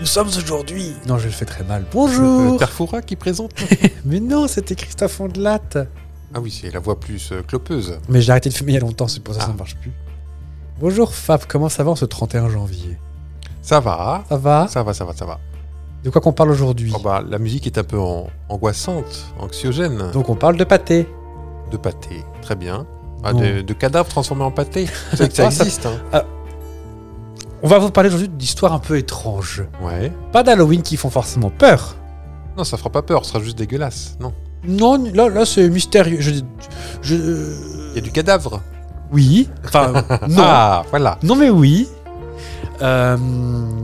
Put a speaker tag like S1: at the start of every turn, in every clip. S1: Nous sommes aujourd'hui.
S2: Non, je le fais très mal.
S1: Bonjour.
S2: Carfoura Euh, qui présente. Mais non, c'était Christophe Ondelat.
S3: Ah oui, c'est la voix plus euh, clopeuse.
S2: Mais j'ai arrêté de fumer il y a longtemps, c'est pour ça que ça
S3: Ah.
S2: ne marche plus. Bonjour Fab, comment ça va en ce 31 janvier
S3: Ça va, hein
S2: Ça va
S3: ça va, ça va, ça va.
S2: De quoi qu'on parle aujourd'hui
S3: Oh bah, la musique est un peu an- angoissante, anxiogène,
S2: Donc on parle de pâté.
S3: de pâté, très bien. Ah,
S2: Non.
S3: de, de cadavres transformés en pâté, ça, ça
S2: Ah, ça-
S3: existe. Hein.
S2: On va vous parler aujourd'hui d'histoires un peu étranges.
S3: Ouais.
S2: Pas d'Halloween qui font forcément peur.
S3: Non, ça fera pas peur, ce sera juste dégueulasse. Non.
S2: Non, là, là c'est mystérieux. Je,
S3: Il
S2: je...
S3: y a du cadavre.
S2: Oui. Enfin, non.
S3: Ah, voilà.
S2: Non mais oui. Euh,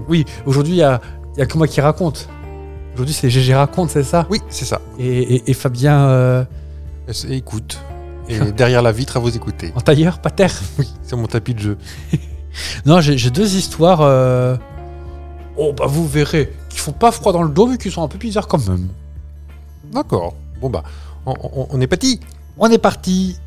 S2: oui, aujourd'hui il y a, il y a que moi qui raconte. Aujourd'hui c'est GG raconte, c'est ça
S3: Oui, c'est ça.
S2: et, et- et Fabien euh,
S3: Et c'est- écoute. Et derrière la vitre à vous écouter.
S2: en tailleur, pas terre.
S3: C'est mon tapis de jeu.
S2: Non, j'ai j'ai deux histoires. euh, Oh bah vous verrez, qui font pas froid dans le dos mais qui sont un peu bizarres quand même.
S3: D'accord. Bon bah, on, on- on est pâti.
S2: On est parti.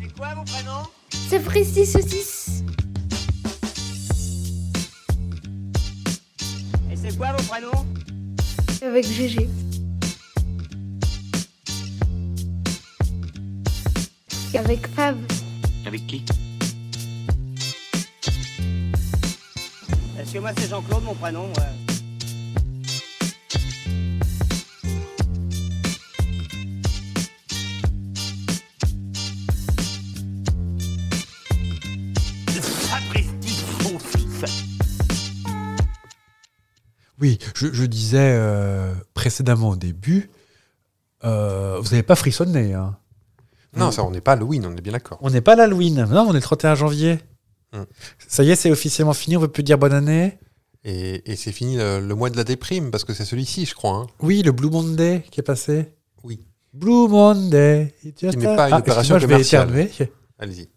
S1: C'est quoi vos prénoms
S4: C'est Fristy Saucisse.
S1: Et c'est quoi vos prénoms
S4: Avec GG. Avec Fab.
S5: Avec qui
S1: Parce que moi c'est Jean-Claude, mon prénom. ouais.
S5: Sapristi, mon fils
S2: Oui, je, je disais euh, précédemment au début, euh, vous n'avez pas frissonné. hein.
S3: Non,
S2: Mm.
S3: ça, on n'est pas Halloween, on est bien d'accord.
S2: On n'est pas à l'Halloween. Non, on est le 31 janvier.
S3: Hmm.
S2: Ça y est, c'est officiellement fini. On peut plus dire bonne année.
S3: Et, et c'est fini le, le mois de la déprime, parce que c'est celui-ci, je crois. hein.
S2: Oui, le Blue Monday qui est passé.
S3: Oui.
S2: Blue Monday. It just
S3: n'est pas une
S2: Ah,
S3: opération
S2: excuse-moi, je vais
S3: commerciale.
S2: éternuer.
S3: Allez-y.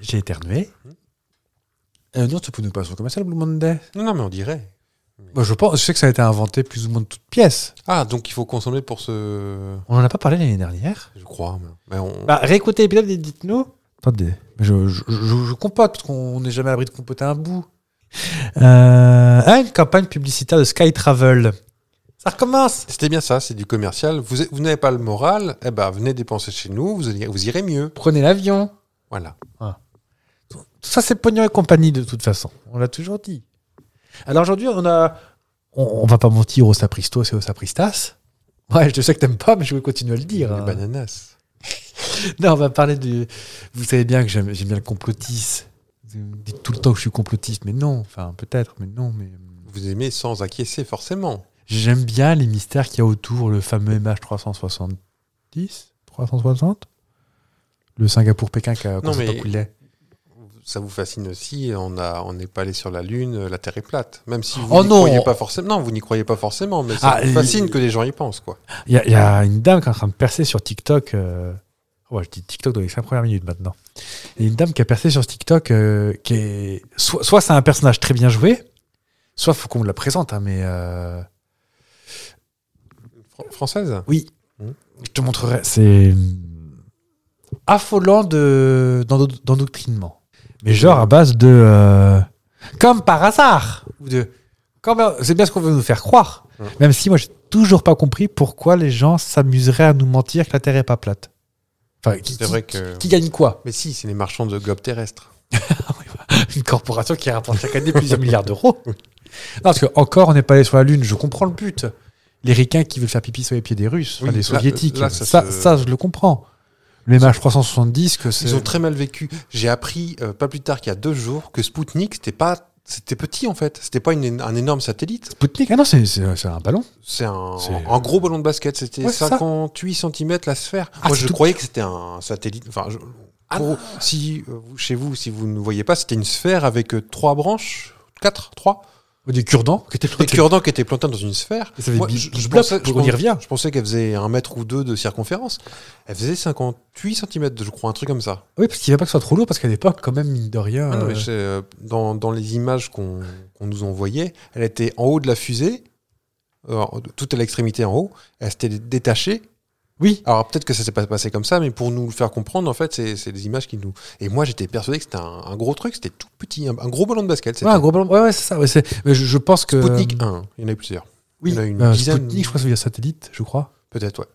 S2: J'ai éternué.
S3: Mmh.
S2: Euh, non, c'est pour une opération commerciale, Blue Monday.
S3: Non, non, mais on dirait.
S2: Bah, je, pense, je sais que ça a été inventé plus ou moins de toutes pièces.
S3: Ah, donc il faut consommer pour ce.
S2: On n'en a pas parlé l'année dernière.
S3: Je crois. Mais... mais on...
S2: Bah, réécoutez l'épisode et dites-nous. Attendez, mais je, je, je- je compote, parce qu'on n'est jamais à l'abri de compoter un bout. Euh, ah, une campagne publicitaire de Sky Travel. Ça recommence
S3: C'était bien ça, c'est du commercial. Vous, vous n'avez pas le moral, eh ben, venez dépenser chez nous, vous, allez- vous irez mieux.
S2: Prenez l'avion.
S3: Voilà.
S2: Tout ça, c'est Pognon et compagnie, de toute façon. On l'a toujours dit. Alors aujourd'hui, on a. On, on va pas mentir aux sapristos et aux sapristas. Ouais, je sais que t'aimes pas, mais je vais continuer à le dire.
S3: Les
S2: hein.
S3: bananas.
S2: Non, on va parler du. Vous savez bien que j'aime j'aime bien le complotiste. Vous me dites tout le temps que je suis complotiste, mais non. Enfin, peut-être, mais non. Mais euh,
S3: Vous aimez sans acquiescer, forcément.
S2: j'aime bien les mystères qu'il y a autour. Le fameux MH370, 360, le Singapour-Pékin qui a qu'on
S3: Non,
S2: sait pas
S3: mais-
S2: où il est.
S3: Ça vous fascine aussi, on a- on n'est pas allé sur la Lune, la Terre est plate. Même si vous
S2: Oh
S3: n'y
S2: non.
S3: croyez pas forcément. Non, vous n'y croyez pas forcément, mais ça
S2: Ah,
S3: vous fascine
S2: les-
S3: que les gens y pensent, quoi.
S2: Il y, a- il y a une dame qui est en train de percer sur TikTok. euh, Ouais, je dis TikTok dans les 5 premières minutes maintenant. Il y a une dame qui a percé sur TikTok euh, qui est. Soit, soit c'est un personnage très bien joué, soit faut qu'on me la présente, hein, mais. euh,
S3: Fran- Française
S2: Oui.
S3: Mmh.
S2: Je te montrerai. C'est. affolant de- d'endo- d'endoctrinement. Mais genre à base de. euh, comme par hasard Ou de. comme- C'est bien ce qu'on veut nous faire croire.
S3: Mmh.
S2: Même si moi, j'ai toujours pas compris pourquoi les gens s'amuseraient à nous mentir que la Terre est pas plate. Enfin, qui,
S3: C'est
S2: qui-
S3: vrai que.
S2: qui gagne quoi
S3: Mais si, c'est les marchands de gobes terrestres.
S2: Une corporation qui rapporte chaque année plusieurs milliards d'euros. Non, parce que encore, on n'est pas allé sur la Lune. Je comprends le but. Les Ricains qui veulent faire pipi sur les pieds des Russes, enfin,
S3: Oui,
S2: des
S3: là,
S2: Soviétiques.
S3: là,
S2: ça,
S3: ça
S2: ça,
S3: se-
S2: je le comprends. Le MH370, que c'est.
S3: Ils ont très mal vécu. J'ai appris euh, pas plus tard qu'il y a deux jours que Spoutnik, c'était pas, c'était petit en fait. C'était pas une- un énorme satellite.
S2: Spoutnik Ah non, c'est- c'est c'est un ballon.
S3: C'est un,
S2: C'est-
S3: un gros ballon de basket. C'était
S2: Ouais, c'est ça.
S3: 58 cm la sphère.
S2: Ah,
S3: Moi,
S2: c'est
S3: je
S2: tout Ah.
S3: croyais que c'était un satellite. Enfin, je- pour- si euh, vous- chez vous, si vous ne voyez pas, c'était une sphère avec euh, trois branches, quatre, trois.
S2: Des cure-dents, qui étaient
S3: Des cure-dents qui étaient plantés dans une sphère.
S2: Ça fait
S3: Moi,
S2: bip,
S3: je-
S2: bip,
S3: je
S2: blop,
S3: pensais- je
S2: on y
S3: pense-
S2: revient.
S3: Je pensais qu'elle faisait un mètre ou deux de circonférence. Elle faisait 58 cm, je crois, un truc comme ça.
S2: Oui, parce qu'il ne va pas que ce soit trop lourd, parce qu'à l'époque, quand même, mine de rien.
S3: Ah non, mais
S2: euh,
S3: je sais, euh, dans, dans les images qu'on qu'on nous envoyait, elle était en haut de la fusée, euh, en- toute à l'extrémité en haut, elle s'était dé- détachée,
S2: Oui.
S3: Alors peut-être que ça s'est pas passé comme ça, mais pour nous le faire comprendre, en fait, c'est c'est des images qui nous. Et moi, j'étais persuadé que c'était un, un gros truc, c'était tout petit, un, un gros ballon de basket. C'était
S2: Ouais, euh, un gros ballon. Ouais, ouais, c'est ça. ouais, c'est- mais je, je pense que.
S3: Sputnik 1, il y en a eu plusieurs,
S2: Oui.
S3: il y en a une
S2: Euh,
S3: dizaine.
S2: Spoutnik, je crois que c'est via satellite, je crois.
S3: peut-être, ouais.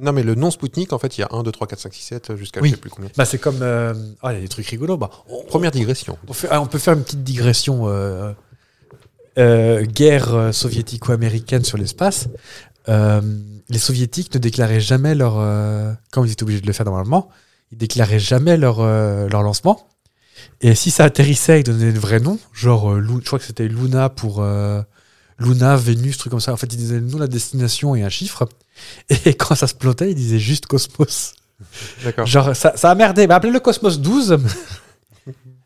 S3: Non, mais le non Sputnik, en fait, il y a 1, 2, 3, 4, 5, 6, 7, jusqu'à
S2: Oui.
S3: je sais plus combien.
S2: Bah, c'est comme. euh,
S3: oh,
S2: Ah, il y a des trucs rigolos. Bah, on,
S3: Première digression.
S2: on fait- ah, on peut faire une petite digression. euh, euh, guerre euh, soviético-américaine sur l'espace. Euh, les soviétiques ne déclaraient jamais leur. euh, Comme ils étaient obligés de le faire normalement, ils déclaraient jamais leur, euh, leur lancement. Et si ça atterrissait, ils donnaient le vrai nom. Genre, euh, Lu- je crois que c'était Luna pour. euh, Luna, Vénus, truc comme ça. En fait, ils disaient le nom, la destination et un chiffre. Et quand ça se plantait, ils disaient juste Cosmos.
S3: D'accord.
S2: Genre, ça, ça a merdé. Bah, appelez le Cosmos 12.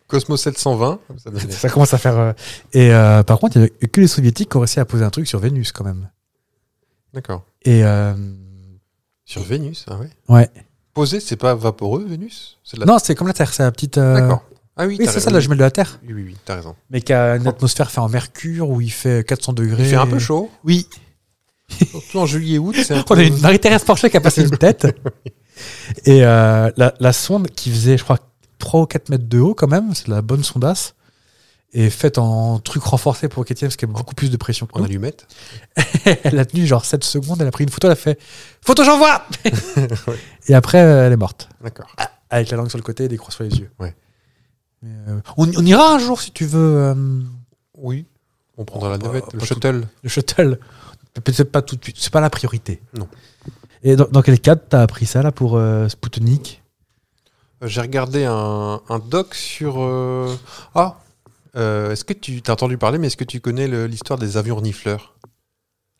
S3: Cosmos 720. ça donne-
S2: ça commence à faire. euh, Et euh, par contre, il n'y avait que les Soviétiques qui ont réussi à poser un truc sur Vénus, quand même.
S3: D'accord.
S2: Et. euh,
S3: Sur Vénus, ah ouais.
S2: ouais.
S3: Posé, c'est pas vaporeux, Vénus C'est de la-
S2: Non, c'est comme la Terre, c'est la petite. euh,
S3: D'accord. Ah oui,
S2: Oui,
S3: t'as
S2: c'est ça,
S3: raison.
S2: la jumelle de la Terre.
S3: Oui, oui, oui, t'as raison.
S2: Mais qui a une atmosphère faite en mercure où il fait 400 degrés.
S3: Il fait un peu chaud,
S2: Oui.
S3: surtout en juillet-août. c'est un
S2: On
S3: peu-
S2: a une Marie-Thérèse Porcher qui a passé une tête. Et euh, la, la sonde qui faisait, je crois, 3 ou 4 mètres de haut quand même, c'est de la bonne sondasse. Et faite en truc renforcé pour Ketien parce qu'il y a beaucoup plus de pression. que
S3: En
S2: nous.
S3: allumette.
S2: elle a tenu genre 7 secondes, elle a pris une photo, elle a fait Photo, j'envoie Et après, euh, elle est morte.
S3: D'accord.
S2: Avec la langue sur le côté et des croix sur les yeux.
S3: Ouais.
S2: Mais, euh, on, on ira un jour si tu veux. euh,
S3: Oui. On prendra la
S2: Pas-
S3: navette, le
S2: pas
S3: shuttle.
S2: le shuttle. Peut-être pas tout de suite, c'est pas la priorité.
S3: Non.
S2: Et dans, dans quel cadre t'as appris ça là pour euh, Spoutnik
S3: Euh, J'ai regardé un, un doc sur. euh, Ah Euh, Est-ce que tu t'as entendu parler, mais est-ce que tu connais le- l'histoire des avions renifleurs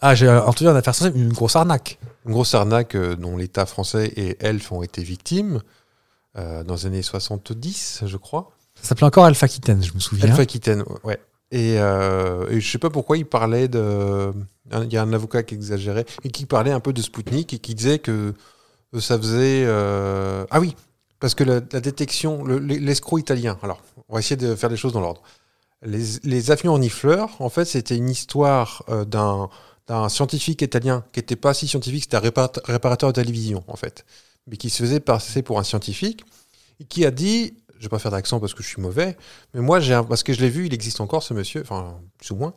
S2: Ah, j'ai euh, entendu une affaire sensible, une grosse arnaque.
S3: Une grosse arnaque euh, dont l'État français et Elf ont été victimes euh, dans les années 70, je crois.
S2: Ça s'appelait encore Alpha Kitten, je me souviens.
S3: Alpha Aquitaine, ouais. Et, euh, et je sais pas pourquoi il parlait de. Il y a un avocat qui exagérait et qui parlait un peu de Spoutnik et qui disait que ça faisait. euh, Ah oui, parce que la, la détection, le- l'escroc italien. Alors, on va essayer de faire les choses dans l'ordre. Les, les avions renifleurs, en fait, c'était une histoire euh, d'un d'un scientifique italien qui n'était pas si scientifique, c'était un réparat- réparateur de télévision, en fait, mais qui se faisait passer pour un scientifique et qui a dit. Je vais pas faire d'accent parce que je suis mauvais. Mais moi, j'ai un- parce que je l'ai vu, il existe encore ce monsieur, enfin, plus ou moins,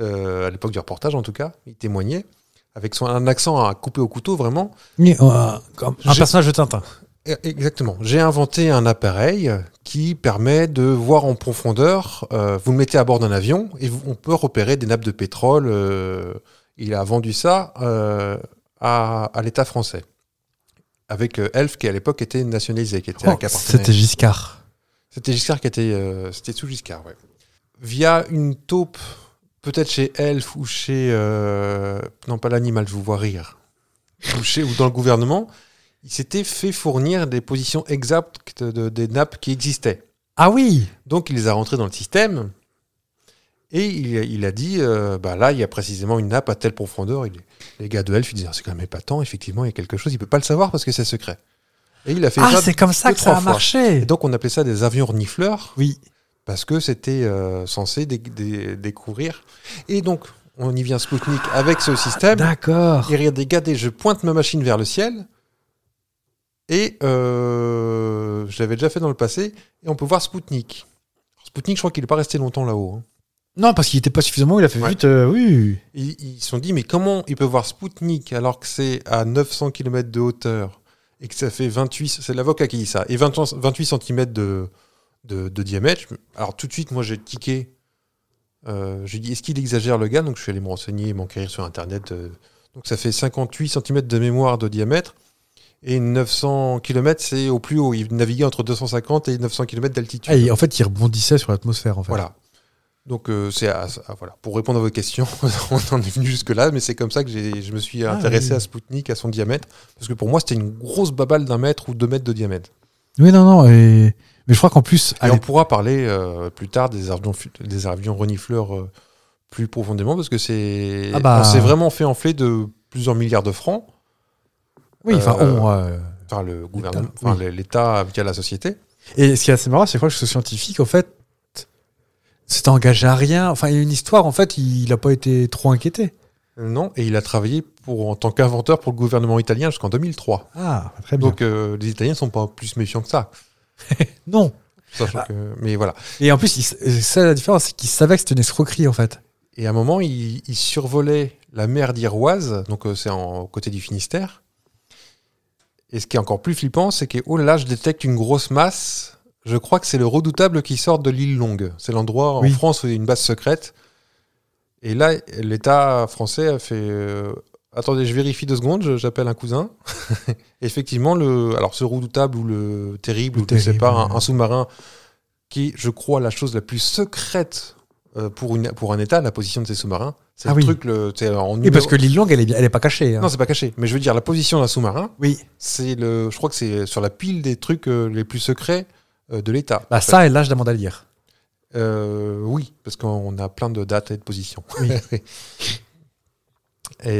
S3: euh, à l'époque du reportage en tout cas, il témoignait, avec son, un accent à couper au couteau vraiment.
S2: Mais, euh, comme un
S3: J'ai-
S2: personnage de Tintin.
S3: E- Exactement. J'ai inventé un appareil qui permet de voir en profondeur, euh, vous le mettez à bord d'un avion et vous- on peut repérer des nappes de pétrole. euh, il a vendu ça euh, à, à l'État français. Avec euh, Elf qui à l'époque était nationalisé, qui était à-
S2: Oh,
S3: qui appartenait-
S2: C'était Giscard.
S3: c'était Giscard qui était. euh, C'était sous Giscard, ouais. Via une taupe, peut-être chez Elf ou chez. euh, non, pas l'animal, je vous vois rire. Ou, chez, ou dans le gouvernement, il s'était fait fournir des positions exactes de- des nappes qui existaient.
S2: Ah oui
S3: Donc il les a rentrés dans le système et il, il a dit euh, bah là, il y a précisément une nappe à telle profondeur. Et les, les gars de Elf, ils disaient Ah, c'est quand même épatant, effectivement, il y a quelque chose, il peut pas le savoir parce que c'est secret. Et il a fait
S2: Ah,
S3: ça.
S2: c'est comme ça
S3: deux,
S2: que ça
S3: trois
S2: a
S3: fois.
S2: marché
S3: Et donc on appelait ça des avions renifleurs.
S2: Oui.
S3: parce que c'était euh, censé dé- dé- découvrir. Et donc, on y vient Spoutnik avec ce système.
S2: D'accord.
S3: Il regarde, regardez, je pointe ma machine vers le ciel. Et euh, je l'avais déjà fait dans le passé. Et on peut voir Spoutnik. Spoutnik, je crois qu'il n'est pas resté longtemps là-haut. hein.
S2: Non, parce qu'il était pas suffisamment, il a fait
S3: Ouais.
S2: vite. euh, oui.
S3: Ils ils se sont dit, mais comment il peut voir Spoutnik alors que c'est à 900 km de hauteur et que ça fait 28, c'est l'avocat qui dit ça, et 20 28 cm de, de, de diamètre. Je me- Alors tout de suite, moi j'ai tiqué. Euh, j'ai dit, est-ce qu'il exagère le gars Donc je suis allé me renseigner et m'enquérir sur Internet. euh. donc ça fait 58 cm de mémoire de diamètre. Et 900 km, c'est au plus haut. Il naviguait entre 250 et 900 km d'altitude.
S2: Ah, il- en fait, il rebondissait sur l'atmosphère. En fait.
S3: Voilà. Donc, euh, c'est à- à- voilà. pour répondre à vos questions, on en est venu jusque-là, mais c'est comme ça que j'ai- je me suis
S2: Ah,
S3: intéressé
S2: oui.
S3: à Spoutnik, à son diamètre, parce que pour moi, c'était une grosse babale d'un mètre ou deux mètres de diamètre.
S2: Oui, non, non. Et... Mais je crois qu'en plus.
S3: Et
S2: à
S3: on
S2: l'ép-
S3: pourra parler euh, plus tard des avions, fu- des avions renifleurs euh, plus profondément, parce que c'est.
S2: Ah bah.
S3: On s'est vraiment fait enfler de plusieurs milliards de francs,
S2: Oui, enfin,
S3: euh,
S2: on, euh,
S3: par le gouvernement,
S2: oui.
S3: enfin, l'État via la société.
S2: Et ce qui est assez marrant, c'est que je crois que ce scientifique, en fait, s'est engagé à rien. Enfin, il y a une histoire, en fait, il n'a pas été trop inquiété.
S3: Euh, Non, et il a travaillé pour, en tant qu'inventeur pour le gouvernement italien jusqu'en 2003.
S2: Ah, très bien.
S3: Donc euh, les Italiens sont pas plus méfiants que ça.
S2: non.
S3: Sachant
S2: Ah.
S3: que- mais voilà.
S2: Et en plus, il s- euh, ça, la différence, c'est qu'il savait que c'était une escroquerie, en fait.
S3: Et à un moment, il, il survolait la mer d'Iroise, donc euh, c'est en côté du Finistère. Et ce qui est encore plus flippant, c'est que oh là là, je détecte une grosse masse. Je crois que c'est le redoutable qui sort de l'île Longue. C'est l'endroit
S2: Oui.
S3: en France où il y a une base secrète. Et là, l'État français a fait euh, attendez, je vérifie deux secondes, je- j'appelle un cousin. Effectivement, le, alors ce redoutable ou le terrible,
S2: Le
S3: ou je sais
S2: terrible,
S3: pas, un,
S2: ouais.
S3: un sous-marin qui, je crois, la chose la plus secrète euh, pour, une, pour un État, la position de ces sous-marins. C'est
S2: Ah
S3: le
S2: oui.
S3: truc, le, c'est en
S2: Et
S3: numéro-
S2: parce que l'île longue, elle est, bien- elle est pas cachée. hein.
S3: Non, c'est pas caché. Mais je veux dire, la position d'un sous-marin,
S2: oui.
S3: c'est le, je crois que c'est sur la pile des trucs euh, les plus secrets euh, de l'État.
S2: Bah,
S3: en fait.
S2: ça, et là, je demande à lire.
S3: Euh, oui, parce qu'on a plein de dates et de positions.
S2: Oui.
S3: et,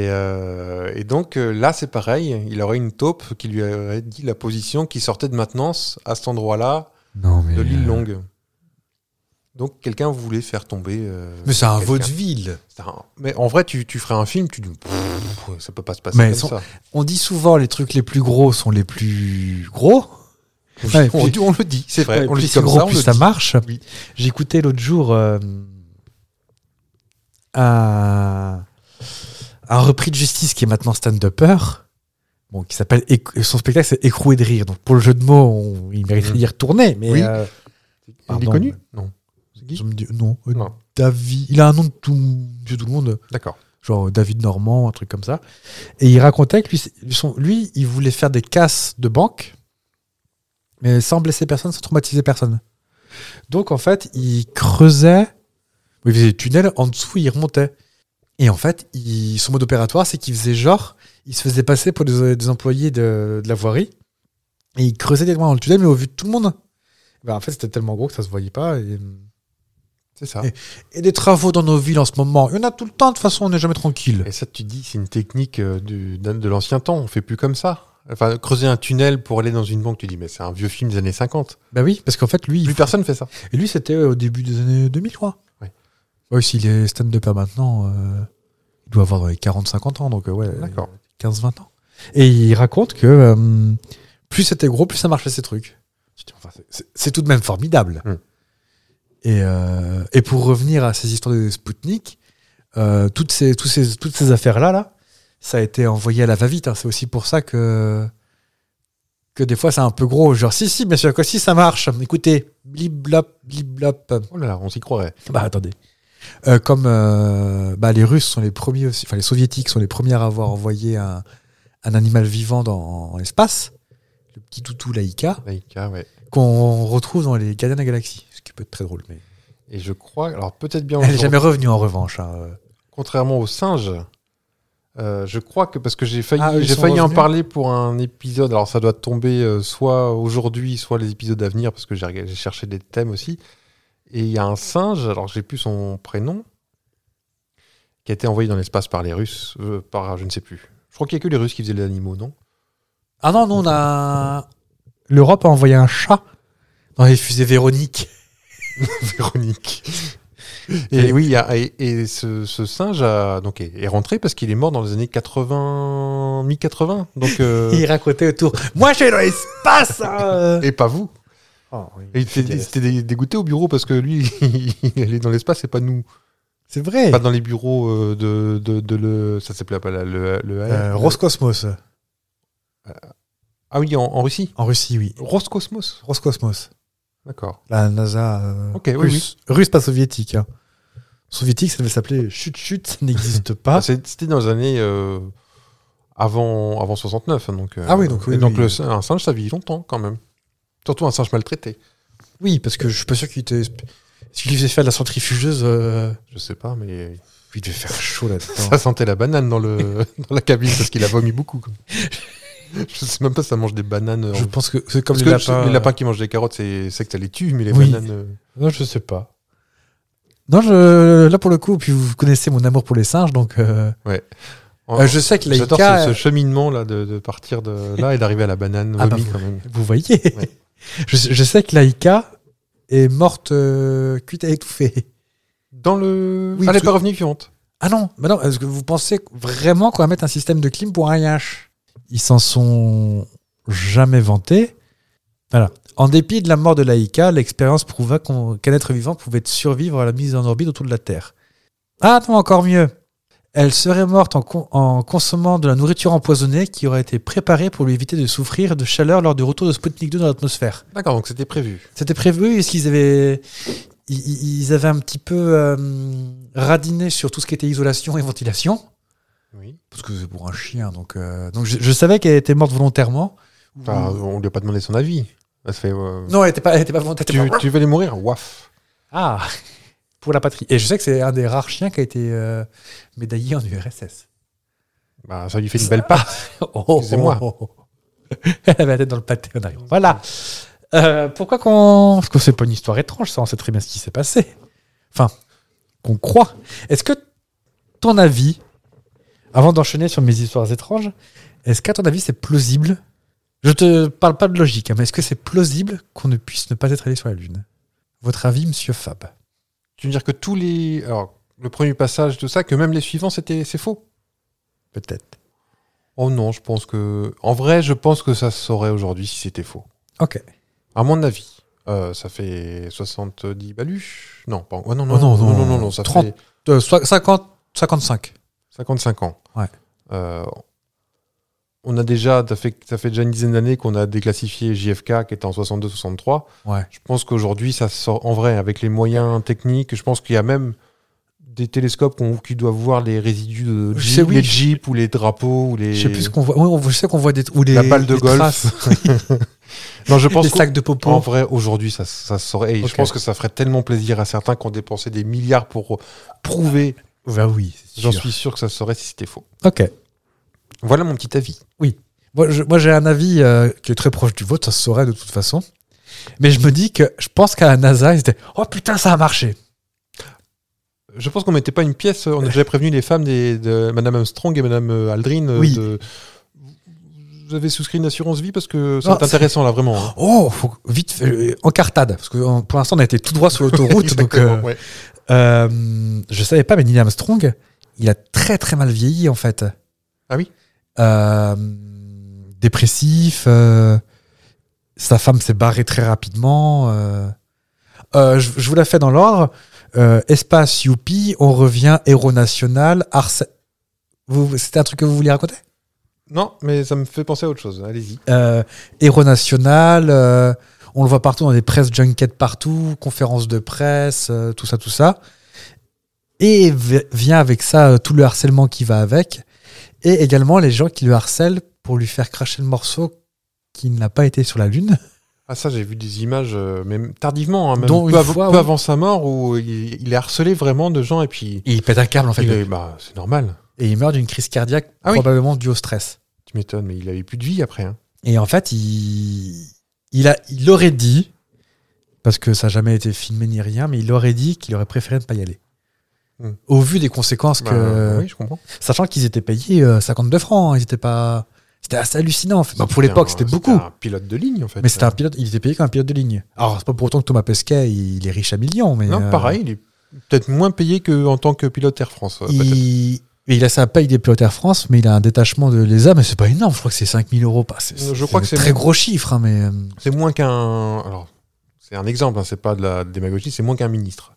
S3: euh, et donc euh, là, c'est pareil. Il aurait une taupe qui lui aurait dit la position qui sortait de maintenance à cet endroit-là
S2: Non, mais.
S3: de l'île Longue. Donc quelqu'un voulait faire tomber. euh,
S2: Mais c'est un
S3: quelqu'un.
S2: vaudeville.
S3: C'est un- Mais en vrai, tu, tu ferais un film, tu dis Pff, ça peut pas se passer
S2: Mais
S3: comme
S2: son-
S3: ça.
S2: On dit souvent les trucs les plus gros sont les plus gros. Ouais,
S3: on,
S2: puis-
S3: on le dit, c'est vrai.
S2: Ouais,
S3: on le
S2: plus
S3: dit
S2: c'est
S3: comme
S2: gros,
S3: ça, on
S2: plus
S3: le
S2: ça
S3: dit.
S2: marche.
S3: Oui.
S2: J'écoutais l'autre jour euh, un, un repris de justice qui est maintenant stand-upper. Bon, qui s'appelle Éc- son spectacle c'est écroué de rire. Donc pour le jeu de mots, on- il mériterait
S3: Mhm.
S2: d'y retourner. Mais
S3: Oui.
S2: euh,
S3: il est
S2: Pardon,
S3: connu
S2: mais-
S3: Non.
S2: je me dis- non, euh,
S3: Non.
S2: David, il a un nom de tout, de tout le monde
S3: D'accord.
S2: genre euh, David Normand, un truc comme ça. Et il racontait que lui, c'est- son- lui, il voulait faire des casses de banque, mais sans blesser personne, sans traumatiser personne. Donc en fait, il creusait, il faisait des tunnels, en dessous, il remontait. Et en fait, il- son mode opératoire, c'est qu'il faisait genre, il se faisait passer pour des, des employés de, de la voirie, et il creusait des doigts dans le tunnel, mais au vu de tout le monde. Ben, en fait, c'était tellement gros que ça se voyait pas. Et,
S3: C'est ça.
S2: et des travaux dans nos villes en ce moment, il y en a tout le temps, de toute façon, on n'est jamais tranquille.
S3: Et ça, tu dis, c'est une technique euh, du- d'un- de l'ancien temps. On fait plus comme ça. Enfin, creuser un tunnel pour aller dans une banque, tu dis, mais c'est un vieux film des années 50.
S2: Bah oui, parce qu'en fait, lui, il-
S3: Plus personne fait ça.
S2: et lui c'était euh, au début des années 2000, je crois.
S3: Ouais.
S2: Ouais, s'il est stand-upper maintenant, euh, il doit avoir dans les 40-50 ans, donc euh, ouais,
S3: D'accord.
S2: 15-20 ans. Et il raconte que euh, plus c'était gros, plus ça marchait ces trucs. Je dis, enfin, c'est- c'est- C'est tout de même formidable.
S3: Mm.
S2: Et, euh, et pour revenir à ces histoires de Spoutnik, euh, toutes ces, tous ces, toutes ces affaires-là, là, ça a été envoyé à la va-vite. hein. C'est aussi pour ça que, que des fois c'est un peu gros. Genre, si, si, bien sûr que si, ça marche. Écoutez, bliblap, bliblap.
S3: Oh là là, on s'y croirait.
S2: Bah attendez. Euh, comme euh, bah, les Russes sont les premiers aussi, enfin les Soviétiques sont les premiers à avoir envoyé un, un animal vivant dans l'espace, le petit toutou Laïka,
S3: Laïka, ouais.
S2: qu'on retrouve dans les Gardiens de la Galaxie, ce qui peut être très drôle. Mais...
S3: Et je crois, alors peut-être bien,
S2: Elle n'est
S3: aujourd'hui,
S2: jamais revenue en revanche. hein.
S3: contrairement aux singes, euh, je crois que parce que j'ai failli,
S2: Ah, ils
S3: j'ai
S2: sont
S3: failli en
S2: revenus
S3: parler pour un épisode. Alors ça doit tomber euh, soit aujourd'hui, soit les épisodes à venir, parce que j'ai reg- j'ai cherché des thèmes aussi. Et il y a un singe, alors j'ai plus son prénom, qui a été envoyé dans l'espace par les Russes, euh, par je ne sais plus. Je crois qu'il n'y a que les Russes qui faisaient les animaux, non
S2: Ah non, non, on a. L'Europe a envoyé un chat dans les fusées Véronique.
S3: Véronique. Et oui, il y a- et, et ce, ce singe a- donc est, est rentré parce qu'il est mort dans les années 80, mi-80. Donc euh,
S2: Il racontait autour. Moi, je vais dans l'espace hein.
S3: et pas vous.
S2: Oh, oui,
S3: Et il était- il
S2: fidèle.
S3: s'était dé- dégoûté au bureau parce que lui, il allait dans l'espace et pas nous.
S2: C'est vrai.
S3: Pas dans les bureaux euh, de, de, de le. Ça s'appelait pas là, le. le
S2: Euh, Roscosmos,
S3: Ah oui, en, en Russie.
S2: en Russie, oui.
S3: Roscosmos.
S2: Roscosmos.
S3: D'accord.
S2: La NASA euh,
S3: Ok, oui,
S2: russe, russe, pas soviétique. hein. Soviétique, ça devait s'appeler chut chut, ça n'existe pas.
S3: Ah, c'est- C'était dans les années. euh, avant, avant 69. hein, Donc, euh,
S2: Ah oui, donc oui,
S3: et donc
S2: oui.
S3: le sin- un singe, ça vit longtemps quand même. Surtout un singe maltraité.
S2: oui, parce que je suis pas sûr qu'il était. S'il lui faisait faire de la centrifugeuse, euh,
S3: Je sais pas, mais
S2: il devait faire chaud là-dedans.
S3: ça sentait la banane dans, le, dans la cabine parce qu'il a vomi beaucoup. quoi. Je sais même pas si ça mange des bananes. euh,
S2: je
S3: en-
S2: pense que c'est comme
S3: Parce
S2: les
S3: que
S2: lapins. euh.
S3: les lapins qui mangent des carottes, c'est c'est que ça les tue, mais les
S2: Oui.
S3: bananes. euh,
S2: Non, je sais pas. Non, je- là pour le coup, puis vous connaissez mon amour pour les singes, donc euh,
S3: en-
S2: euh, je sais que
S3: J'adore
S2: Laïka,
S3: ce, ce cheminement là de, de partir de là et d'arriver à la banane
S2: Ah bah,
S3: vomi,
S2: vous-
S3: quand même.
S2: vous voyez,
S3: Ouais.
S2: je, sais- je sais que Laïka est morte euh, cuite à étouffer.
S3: Dans le.
S2: Oui,
S3: Ah, elle
S2: parce
S3: n'est pas
S2: que-
S3: revenue vivante.
S2: Ah non, bah non, est-ce que vous pensez vraiment qu'on va mettre un système de clim pour un IH Ils s'en sont jamais vantés. Voilà. En dépit de la mort de l'Aïka, l'expérience prouva qu'on- qu'un être vivant pouvait survivre à la mise en orbite autour de la Terre. Ah non, encore mieux Elle serait morte en, con- en consommant de la nourriture empoisonnée qui aurait été préparée pour lui éviter de souffrir de chaleur lors du retour de Sputnik 2 dans l'atmosphère.
S3: D'accord, donc c'était prévu.
S2: C'était prévu Est-ce qu'ils avaient... Ils ils- ils avaient un petit peu euh, radiné sur tout ce qui était isolation et ventilation
S3: Oui.
S2: Parce que c'est pour un chien, donc... euh, Donc je, je savais qu'elle était morte volontairement.
S3: Enfin, on lui a pas demandé son avis. Ça se fait, euh,
S2: Non, elle n'était pas, elle était pas volontaire. elle
S3: tu,
S2: était pas-
S3: tu vas les mourir Waf.
S2: Ah Pour la patrie. Et je sais que c'est un des rares chiens qui a été euh, médaillé en URSS.
S3: Bah, ça lui fait une belle patte.
S2: Oh, oh,
S3: Excusez-moi.
S2: oh, oh. Elle avait la tête dans le pâté en arrière. Voilà Euh, Pourquoi qu'on... Parce que c'est pas une histoire étrange, ça, on sait très bien ce qui s'est passé. Enfin, qu'on croit. Est-ce que, ton avis, avant d'enchaîner sur mes histoires étranges, est-ce qu'à ton avis, c'est plausible Je te parle pas de logique, hein, mais est-ce que c'est plausible qu'on ne puisse ne pas être allé sur la Lune Votre avis, monsieur Fab
S3: Tu veux dire que tous les. Alors, le premier passage, tout ça, que même les suivants, c'était, c'est faux
S2: Peut-être.
S3: Oh non, je pense que. En vrai, je pense que ça se saurait aujourd'hui si c'était faux.
S2: Ok.
S3: À mon avis. Euh, ça fait 70 baluches Non, pas. oh non, non,
S2: Oh non,
S3: non, non,
S2: non,
S3: non, non, non, ça
S2: 30.
S3: fait
S2: Euh, soit 50, 55.
S3: 55 ans.
S2: Ouais.
S3: Euh, on a déjà, ça fait, ça fait déjà une dizaine d'années qu'on a déclassifié JFK qui était en 62-63.
S2: Ouais.
S3: Je pense qu'aujourd'hui, ça sort en vrai avec les moyens techniques. Je pense qu'il y a même des télescopes qu'on- qui doivent voir les résidus de
S2: Je sais,
S3: Jeep,
S2: oui,
S3: les
S2: je-
S3: jeeps ou les drapeaux ou les.
S2: Je sais plus ce qu'on voit. Oui, on, je sais qu'on voit des, ou les,
S3: La balle de
S2: des
S3: golf.
S2: traces.
S3: Non, je pense
S2: des
S3: qu'au-
S2: sacs de
S3: En
S2: popo.
S3: vrai, aujourd'hui, ça, ça se saurait. Et
S2: Ok.
S3: je pense que ça ferait tellement plaisir à certains qu'on dépensé des milliards pour prouver.
S2: Bah oui, c'est
S3: J'en
S2: sûr.
S3: suis sûr que ça se saurait si c'était faux.
S2: Ok.
S3: Voilà mon petit avis.
S2: Moi, je- moi, j'ai un avis euh, qui est très proche du vôtre, ça se saurait de toute façon. Mais je me dis que je pense qu'à la NASA, ils étaient Oh putain, ça a marché
S3: Je pense qu'on mettait pas une pièce. On a déjà prévenu les femmes des, de Madame Armstrong et Madame euh, Aldrin. euh,
S2: Oui.
S3: de- Vous avez souscrit une assurance vie parce que c'est
S2: Non, c'est-
S3: intéressant là vraiment. hein.
S2: Oh, faut vite, fait- euh, en cartade. Parce que en- pour l'instant, on a été tout droit sur l'autoroute. donc, euh,
S3: ouais.
S2: euh, je savais pas, mais Neil Armstrong, il a très très mal vieilli en fait.
S3: Ah oui
S2: Euh, Dépressif. euh, sa femme s'est barrée très rapidement. euh. Euh, je, je vous la fais dans l'ordre. Euh, espace Youpi, on revient Héros National, Arce... Vous- vous- C'était un truc que vous vouliez raconter
S3: Non, mais ça me fait penser à autre chose. Allez-y.
S2: euh, Héros National, euh, on le voit partout dans des presses junkets partout, conférences de presse, euh, tout ça, tout ça. Et v- vient avec ça euh, tout le harcèlement qui va avec, et également les gens qui le harcèlent pour lui faire cracher le morceau qui n'a pas été sur la Lune.
S3: Ah ça, j'ai vu des images, euh, même tardivement, hein, même
S2: Dont
S3: peu,
S2: une
S3: av-
S2: fois,
S3: peu
S2: oui.
S3: avant sa mort, où il, il est harcelé vraiment de gens et puis
S2: Et il pète un câble en fait,
S3: il est- bah, c'est normal.
S2: et il meurt d'une crise cardiaque
S3: Ah oui.
S2: probablement due au stress.
S3: Tu m'étonnes, mais il avait plus de vie après. hein.
S2: Et en fait, il, il, a, il aurait dit, parce que ça n'a jamais été filmé ni rien, mais il aurait dit qu'il aurait préféré ne pas y aller.
S3: Hmm.
S2: Au vu des conséquences
S3: Bah,
S2: que.
S3: Oui, je comprends.
S2: Sachant qu'ils étaient payés euh, 52 francs, hein, ils étaient pas. C'était assez hallucinant en fait. Bah, pour
S3: C'était
S2: l'époque,
S3: un-
S2: c'était beaucoup.
S3: un pilote de ligne en fait.
S2: Mais c'était un pilote, il était payé comme un pilote de ligne. Alors, c'est pas pour autant que Thomas Pesquet, il est riche à millions. Mais,
S3: Non,
S2: euh,
S3: pareil, il est peut-être moins payé qu'en tant que pilote Air France. euh, peut-être.
S2: Il... il a sa paye des pilotes Air France, mais il a un détachement de l'ESA, mais c'est pas énorme. Je crois que c'est 5000 euros. Pas. C'est,
S3: Je crois que
S2: c'est
S3: c'est
S2: un très
S3: moins.
S2: gros chiffre, hein, mais. euh,
S3: C'est moins qu'un. Alors, c'est un exemple, hein, c'est pas de la démagogie, c'est moins qu'un ministre.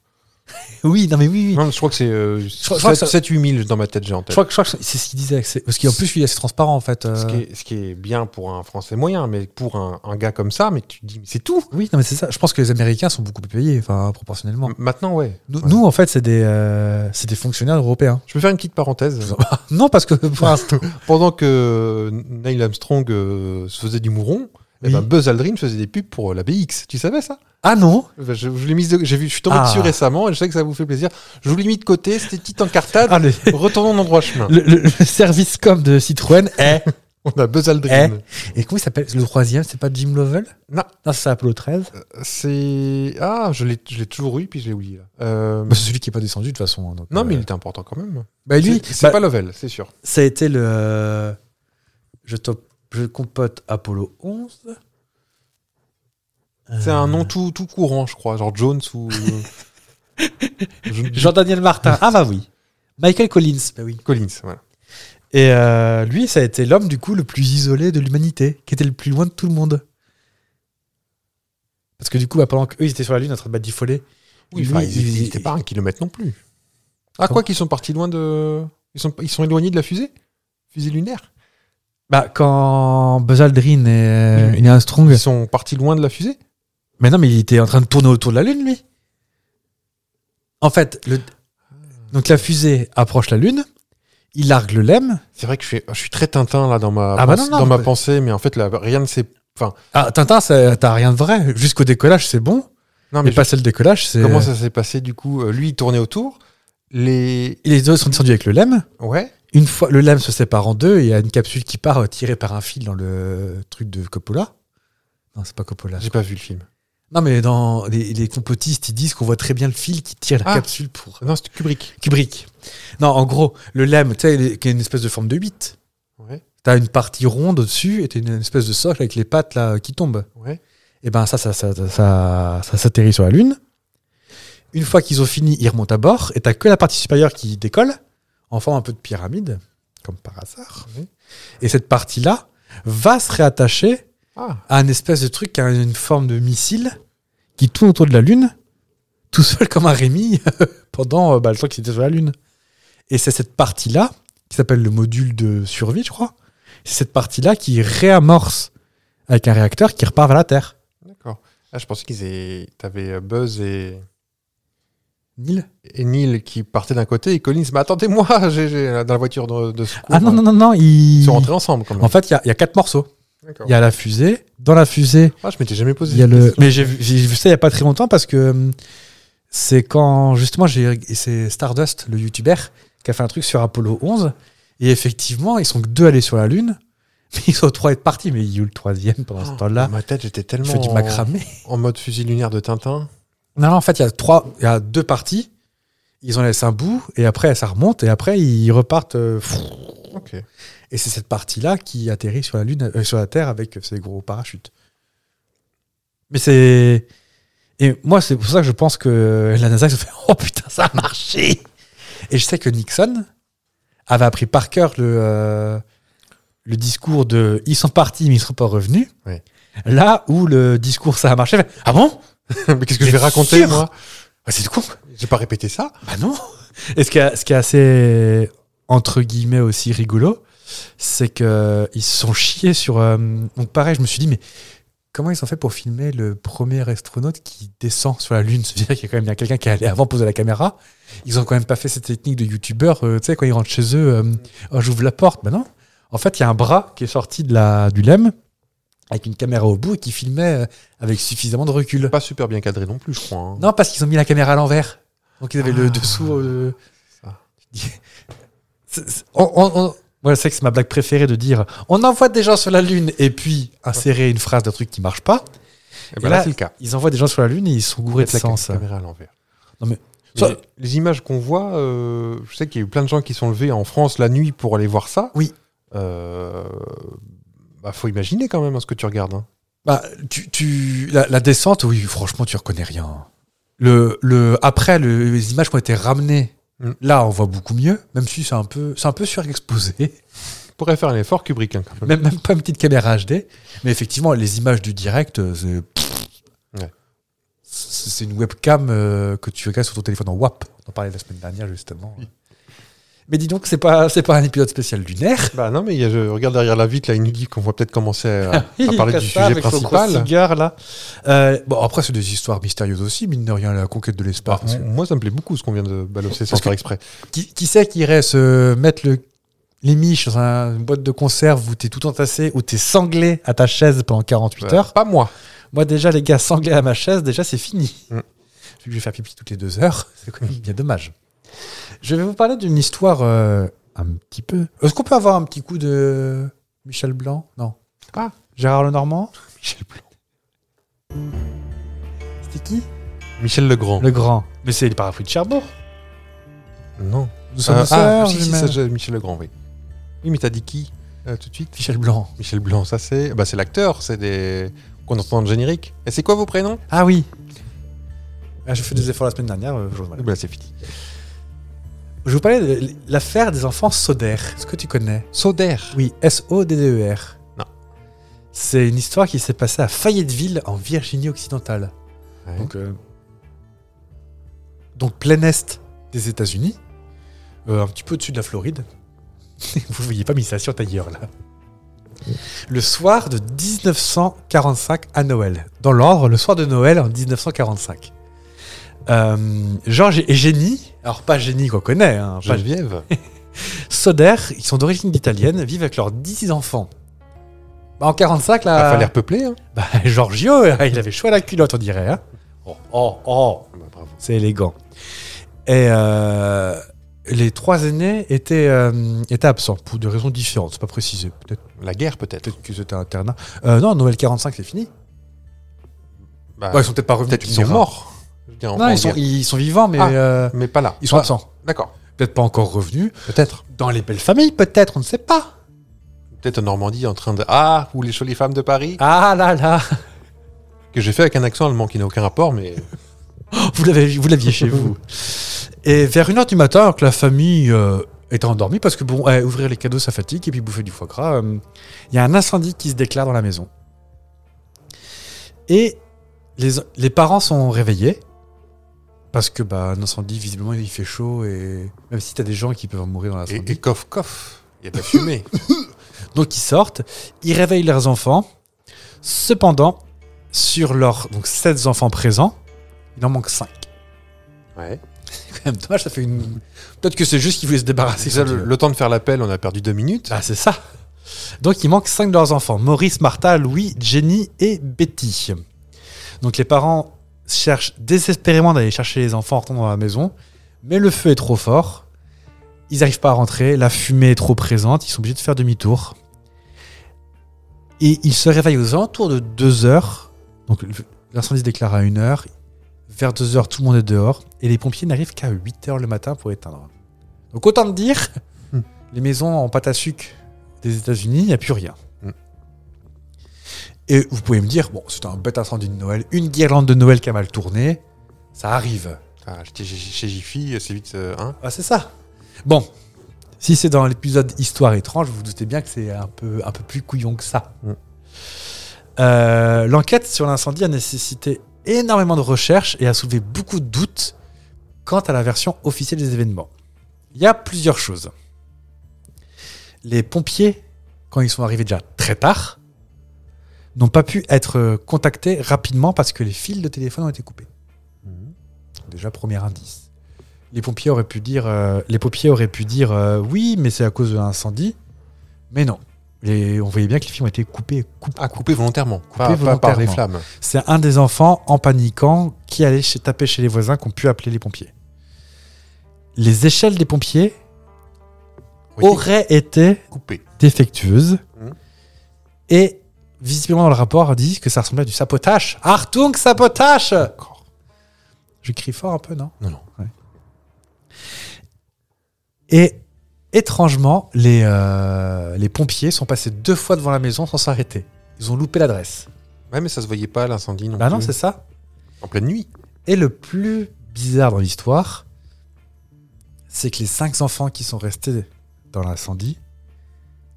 S2: Oui, non, mais oui, oui.
S3: Non, je crois que c'est euh,
S2: crois- je crois que ça-
S3: 7-8 000 dans ma tête, j'ai en
S2: Je
S3: tête.
S2: crois que, je crois que c'est ce qu'il disait. que c'est- Parce qu'en plus, lui, c'est transparent, en fait. euh.
S3: Ce, qui est, ce qui est bien pour un Français moyen, mais pour un, un gars comme ça, mais tu te dis, mais c'est tout
S2: Oui, non, mais c'est ça. Je pense que les Américains sont beaucoup plus payés, enfin, proportionnellement.
S3: M- Maintenant, ouais.
S2: Nous,
S3: Mm. Ouais.
S2: nous, en fait, c'est des, euh, c'est des fonctionnaires européens.
S3: Je peux faire une petite parenthèse.
S2: Non, parce que pour l'instant.
S3: Pendant que euh, Neil Armstrong euh, se faisait du mouron, eh
S2: Oui.
S3: ben, Buzz Aldrin faisait des pubs pour euh, la BX. Tu savais ça
S2: Ah non
S3: Ben, Je, je l'ai mise de- j'ai vu, je suis tombé
S2: Ah.
S3: dessus récemment et je sais que ça vous fait plaisir. Je vous l'ai mis de côté, c'était petite encartade.
S2: Ah, le,
S3: Retournons dans le droit chemin.
S2: le- le- le service com de Citroën est.
S3: On a Buzz Aldrin.
S2: Et comment il s'appelle Le troisième, c'est pas Jim Lovell
S3: Non. Euh,
S2: Non, c'est Apollo 13.
S3: C'est ah, je l'ai, je l'ai toujours eu puis je l'ai oublié. là. Euh,
S2: Bah, c'est celui qui est pas descendu, de toute façon. hein, donc,
S3: non, mais
S2: euh,
S3: il était important quand même.
S2: Bah, lui,
S3: c'est, c'est
S2: bah,
S3: pas Lovell, c'est sûr.
S2: ça a été le. euh, Je, top, je compote Apollo 11.
S3: C'est un
S2: Euh.
S3: nom tout, tout courant, je crois, genre Jones ou. Je-
S2: Jean-Daniel Martin. Ah bah oui. Michael Collins. Bah oui.
S3: Collins, voilà.
S2: Et euh, lui, ça a été l'homme du coup le plus isolé de l'humanité, qui était le plus loin de tout le monde. Parce que du coup, bah, pendant qu'eux ils étaient sur la Lune en train de battre Follet,
S3: Oui,
S2: lui,
S3: enfin, ils
S2: il-
S3: ils étaient pas à un kilomètre non plus. Ah,
S2: Comment
S3: quoi qu'ils sont partis loin de. Ils sont, ils sont éloignés de la fusée Fusée lunaire
S2: Bah, quand Buzz Aldrin et, euh,
S3: Oui, mais-
S2: Neil Armstrong.
S3: Ils sont partis loin de la fusée
S2: Mais non, mais il était en train de tourner autour de la Lune, lui. En fait, le... donc la fusée approche la Lune, il largue le lemme.
S3: C'est vrai que je suis, je suis très Tintin là dans ma,
S2: Ah bah
S3: pense-
S2: non, non,
S3: dans ma
S2: mais-
S3: pensée, mais en fait, là, rien ne s'est. Enfin,
S2: Ah, Tintin, ça- t'as rien de vrai. Jusqu'au décollage, c'est bon. mais
S3: non,
S2: euh,
S3: mais je-
S2: passer le décollage, c'est.
S3: comment ça s'est passé du coup Euh, Lui, il tournait autour. Les.
S2: Les deux sont descendus avec le lemme.
S3: Ouais.
S2: Une fois, le lemme se sépare en deux et il y a une capsule qui part euh, tirée par un fil dans le truc de Coppola. Non, c'est pas Coppola.
S3: J'ai pas vu le film.
S2: Non, mais dans les, les complotistes, ils disent qu'on voit très bien le fil qui tire la
S3: Ah.
S2: capsule pour euh,
S3: Non, c'était Kubrick.
S2: Kubrick. Non, en gros, le lemme, tu sais, il est- qui est une espèce de forme de 8.
S3: Ouais.
S2: T'as une partie ronde au-dessus et t'as une espèce de socle avec les pattes là qui tombent.
S3: Ouais.
S2: Et ben ça, ça, ça, ça, ça, ça s'atterrit sur la Lune. Une fois qu'ils ont fini, ils remontent à bord et t'as que la partie supérieure qui décolle en forme un peu de pyramide, comme par hasard.
S3: Oui.
S2: Et cette partie-là va se réattacher
S3: Ah,
S2: à un espèce de truc qui a une forme de missile qui tourne autour de la Lune, tout seul comme un Rémi, pendant euh, bah, le temps qu'il était sur la Lune. Et c'est cette partie-là, qui s'appelle le module de survie, je crois, c'est cette partie-là qui réamorce avec un réacteur qui repart vers la Terre.
S3: d'accord. Ah, je pensais qu'ils aient. T'avais euh, Buzz et.
S2: Neil
S3: et Neil qui partait d'un côté et Collins, mais attendez-moi, j'ai- j'ai- dans la voiture de, de secours.
S2: Ah non, non, non, non, ils...
S3: Ils sont rentrés ensemble quand même.
S2: En fait, il y a- il y a quatre morceaux.
S3: D'accord.
S2: Il y a la fusée. Dans la fusée,
S3: Ah, je m'étais jamais posé.
S2: Il y a
S3: cette
S2: le...
S3: question.
S2: Mais j'ai vu j'ai vu ça il n'y a pas très longtemps parce que hum, c'est quand justement j'ai et c'est Stardust, le youtubeur, qui a fait un truc sur Apollo 11. Et effectivement, ils sont que deux allés sur la Lune. Mais ils sont trois être partis. Mais il y a eu le troisième pendant ce
S3: Oh,
S2: temps-là.
S3: Dans ma tête, j'étais
S2: Je
S3: tellement
S2: fais du macramé.
S3: en, en mode fusil lunaire de Tintin.
S2: Non, non, en fait, il y a trois, il y a deux parties. Ils en laissent un bout et après ça remonte et après ils repartent. euh, pfff.
S3: Ok.
S2: et c'est cette partie-là qui atterrit sur la lune, euh, sur la Terre avec ses gros parachutes. Mais c'est et moi c'est pour ça que je pense que la NASA se fait oh putain ça a marché. Et je sais que Nixon avait appris par cœur le euh, le discours de ils sont partis mais ils sont pas revenus.
S3: Ouais.
S2: Là où le discours ça a marché, fait, ah bon
S3: mais qu'est-ce que
S2: Vous
S3: je vais
S2: êtes
S3: raconter
S2: sûr
S3: moi
S2: Bah, C'est con.
S3: J'ai pas répété ça.
S2: Bah non Et ce qui est, ce qui est assez, entre guillemets, aussi rigolo, c'est qu'ils se sont chiés sur... euh, donc pareil, je me suis dit, mais comment ils ont fait pour filmer le premier astronaute qui descend sur la Lune C'est-à-dire qu'il y a quand même bien quelqu'un qui est allé avant poser la caméra. Ils ont quand même pas fait cette technique de youtubeur, euh, tu sais, quand ils rentrent chez eux, euh, Oh, j'ouvre la porte. Bah non En fait, il y a un bras qui est sorti de la, du lemme avec une caméra au bout et qui filmait euh, avec suffisamment de recul.
S3: Pas super bien cadré non plus, je crois. hein.
S2: Non, parce qu'ils ont mis la caméra à l'envers. Donc ils avaient le
S3: Ah.
S2: dessous. euh,
S3: Ça.
S2: C'est- c'est- on- on- on- Voilà, c'est que c'est ma blague préférée de dire on envoie des gens sur la Lune et puis insérer une phrase d'un truc qui marche pas.
S3: Eh ben
S2: Et
S3: là,
S2: là,
S3: c'est le cas.
S2: Ils envoient des gens sur la Lune et ils sont gourés de
S3: Mettre la cam-
S2: sens.
S3: caméra à l'envers.
S2: Non, mais-
S3: Les,
S2: Ça-
S3: les images qu'on voit, euh, je sais qu'il y a eu plein de gens qui sont levés en France la nuit pour aller voir ça.
S2: Oui.
S3: Euh, bah, faut imaginer quand même hein, ce que tu regardes. hein.
S2: Bah, tu, tu- la, la descente, oui, franchement, tu reconnais rien. Le, le, après, le- les images qui ont été ramenées,
S3: Mm.
S2: là, on voit beaucoup mieux, même si c'est un peu, c'est un peu surexposé.
S3: Pourrait faire un effort Kubrick hein, quand même.
S2: même, même pas une petite caméra HD. Mais effectivement, les images du direct, euh, c'est.
S3: Ouais.
S2: C'est c'est une webcam euh, que tu regardes sur ton téléphone en WAP. On en parlait la semaine dernière, justement. Mais dis donc, c'est pas, c'est pas un épisode spécial lunaire.
S3: Bah non, mais il y a- je regarde derrière la vitre, là, il nous dit qu'on va peut-être commencer à, à
S2: Il
S3: parler
S2: fait
S3: Ah, du
S2: ça
S3: sujet
S2: avec son gros
S3: principal.
S2: cigare, là. Euh, bon, après, c'est des histoires mystérieuses aussi, mine de rien, la conquête de
S3: Bah,
S2: l'espace.
S3: m- moi, ça me plaît beaucoup ce qu'on vient de balancer sans
S2: Parce que-
S3: faire exprès.
S2: Qui, qui c'est qui irait se mettre le, les miches dans un- une boîte de conserve où t'es tout entassé, où t'es sanglé à ta chaise pendant 48
S3: Euh,
S2: heures
S3: Pas moi.
S2: Moi, déjà, les gars, sanglés à ma chaise, déjà, c'est fini.
S3: Mm.
S2: Vu que je vais faire pipi toutes les deux heures, c'est quand même bien dommage. Je vais vous parler d'une histoire euh, un petit peu. Est-ce qu'on peut avoir un petit coup de Michel Blanc Non.
S3: Ah.
S2: Gérard Lenormand
S3: Michel, Blanc.
S2: C'était qui
S3: Michel Legrand.
S2: Le Grand. Mais c'est les parapluies de Cherbourg.
S3: Non.
S2: Nous sommes
S3: Euh, ah,
S2: sœurs,
S3: si, si,
S2: jumelles.
S3: ça, j'ai- Michel Legrand, oui. Oui, mais t'as dit qui euh, tout de suite
S2: Michel Blanc.
S3: Michel Blanc, ça c'est. Bah, c'est l'acteur, c'est des. qu'on entend dans le générique. Et c'est quoi vos prénoms
S2: Ah
S3: Eh ben,
S2: oui. Ah, J'ai fait des efforts la semaine dernière. euh, je- voilà.
S3: Bah, c'est fini.
S2: Je vous parlais de l'affaire des enfants Soder. Est-ce que tu connais
S3: Soder.
S2: Oui, S-O-D-D-E-R.
S3: Non.
S2: E C'est une histoire qui s'est passée à Fayetteville, en Virginie-Occidentale.
S3: Ouais.
S2: Donc, euh, donc plein est des États-Unis, euh, un petit peu au-dessus de la Floride. Vous voyez pas, mais ça sur ailleurs là. Le soir de 1945 à Noël. Dans l'ordre, le soir de Noël en 1945. Euh, Georges et Génie, alors pas Génie qu'on connaît, hein, pas
S3: Geneviève.
S2: Soder, ils sont d'origine italienne, vivent avec leurs 10 enfants. Bah, en 45,
S3: Il
S2: là.
S3: fallait repeupler. Hein.
S2: bah, Giorgio, il avait chaud à la culotte, on dirait. hein. Oh, oh, oh,
S3: Ah bah, bravo.
S2: c'est élégant. Et euh, les trois aînés étaient, euh, étaient absents pour des raisons différentes, c'est pas précisé. Peut-être
S3: La guerre, peut-être.
S2: que c'était un internat. Euh, non, Noël 45, c'est fini.
S3: Bah,
S2: Ouais, Ah, ils sont peut-être pas revenus.
S3: peut-être qu'ils sont morts. Je veux dire, en-
S2: Non,
S3: en
S2: ils sont,
S3: guerre.
S2: ils sont vivants, mais
S3: Ah.
S2: euh,
S3: Mais pas là.
S2: ils sont
S3: Ah,
S2: absents.
S3: D'accord.
S2: Peut-être pas encore revenus.
S3: Peut-être.
S2: Dans les belles familles, peut-être, on ne sait pas.
S3: Peut-être en Normandie en train de. Ah, ou les jolies femmes de Paris.
S2: Ah là là,
S3: Que j'ai fait avec un accent allemand qui n'a aucun rapport, mais.
S2: vous l'avez- vous l'aviez chez vous. Et vers 1h du matin, alors que la famille euh, était endormie, parce que bon, eh, ouvrir les cadeaux, ça fatigue, et puis bouffer du foie gras, euh, il y a un incendie qui se déclare dans la maison. Et les, les parents sont réveillés, parce que bah, un incendie, visiblement, il fait chaud, et même si t'as des gens qui peuvent en mourir dans
S3: Et,
S2: l'incendie.
S3: et coff, coff. Il y a de la fumée.
S2: Donc ils sortent, ils réveillent leurs enfants. Cependant, sur leurs donc 7 enfants présents, il en manque 5.
S3: ouais.
S2: quand même dommage, ça fait une. Peut-être que c'est juste qu'ils voulaient se débarrasser.
S3: C'est ça, le, le temps de faire l'appel, on a perdu deux minutes.
S2: Ah, c'est ça. Donc, il manque cinq de leurs enfants Maurice, Martha, Louis, Jenny et Betty. Donc, les parents cherchent désespérément d'aller chercher les enfants en rentrant dans la maison, mais le feu est trop fort. Ils n'arrivent pas à rentrer, la fumée est trop présente, ils sont obligés de faire demi-tour. Et ils se réveillent aux alentours de 2 heures. Donc, le- l'incendie se déclare à 1 heure. Vers 2 heures, tout le monde est dehors. Et les pompiers n'arrivent qu'à 8 heures le matin pour éteindre. Donc, autant te dire les maisons en pâte à sucre des États-Unis, il n'y a plus rien.
S3: Mm.
S2: Et vous pouvez me dire, bon, c'est un bête incendie de Noël, une guirlande de Noël qui a mal tourné, ça arrive.
S3: Ah, J'étais chez- chez Jiffy, c'est vite. euh, hein.
S2: Ah, c'est ça. Bon, si c'est dans l'épisode Histoire étrange, vous vous doutez bien que c'est un peu, un peu plus couillon que ça.
S3: Mm.
S2: Euh, L'enquête sur l'incendie a nécessité énormément de recherches et a soulevé beaucoup de doutes quant à la version officielle des événements. Il y a plusieurs choses. Les pompiers, quand ils sont arrivés déjà très tard, n'ont pas pu être contactés rapidement parce que les fils de téléphone ont été coupés.
S3: Mhm.
S2: Déjà, premier indice. Les pompiers auraient pu dire, euh, les pompiers auraient pu dire euh, oui, mais c'est à cause de l'incendie. Mais non. Et on voyait bien que les films ont été coupés. coupés.
S3: Ah, coupé volontairement. pas,
S2: volontairement.
S3: pas par les flammes.
S2: C'est un des enfants, en paniquant, qui allait chez- taper chez les voisins, qui ont pu appeler les pompiers. Les échelles des pompiers
S3: Oui,
S2: auraient été
S3: coupé.
S2: défectueuses.
S3: Mhm.
S2: Et visiblement, dans le rapport, dit que ça ressemblait à du sapotage. Artung sapotage
S3: D'accord.
S2: Je crie fort un peu, non
S3: Non, non.
S2: Ouais. Et étrangement, les, euh, les pompiers sont passés deux fois devant la maison sans s'arrêter. Ils ont loupé l'adresse.
S3: Ouais, mais ça se voyait pas l'incendie non
S2: Bah non,
S3: plus.
S2: c'est ça.
S3: en pleine nuit.
S2: Et le plus bizarre dans l'histoire, c'est que les cinq enfants qui sont restés dans l'incendie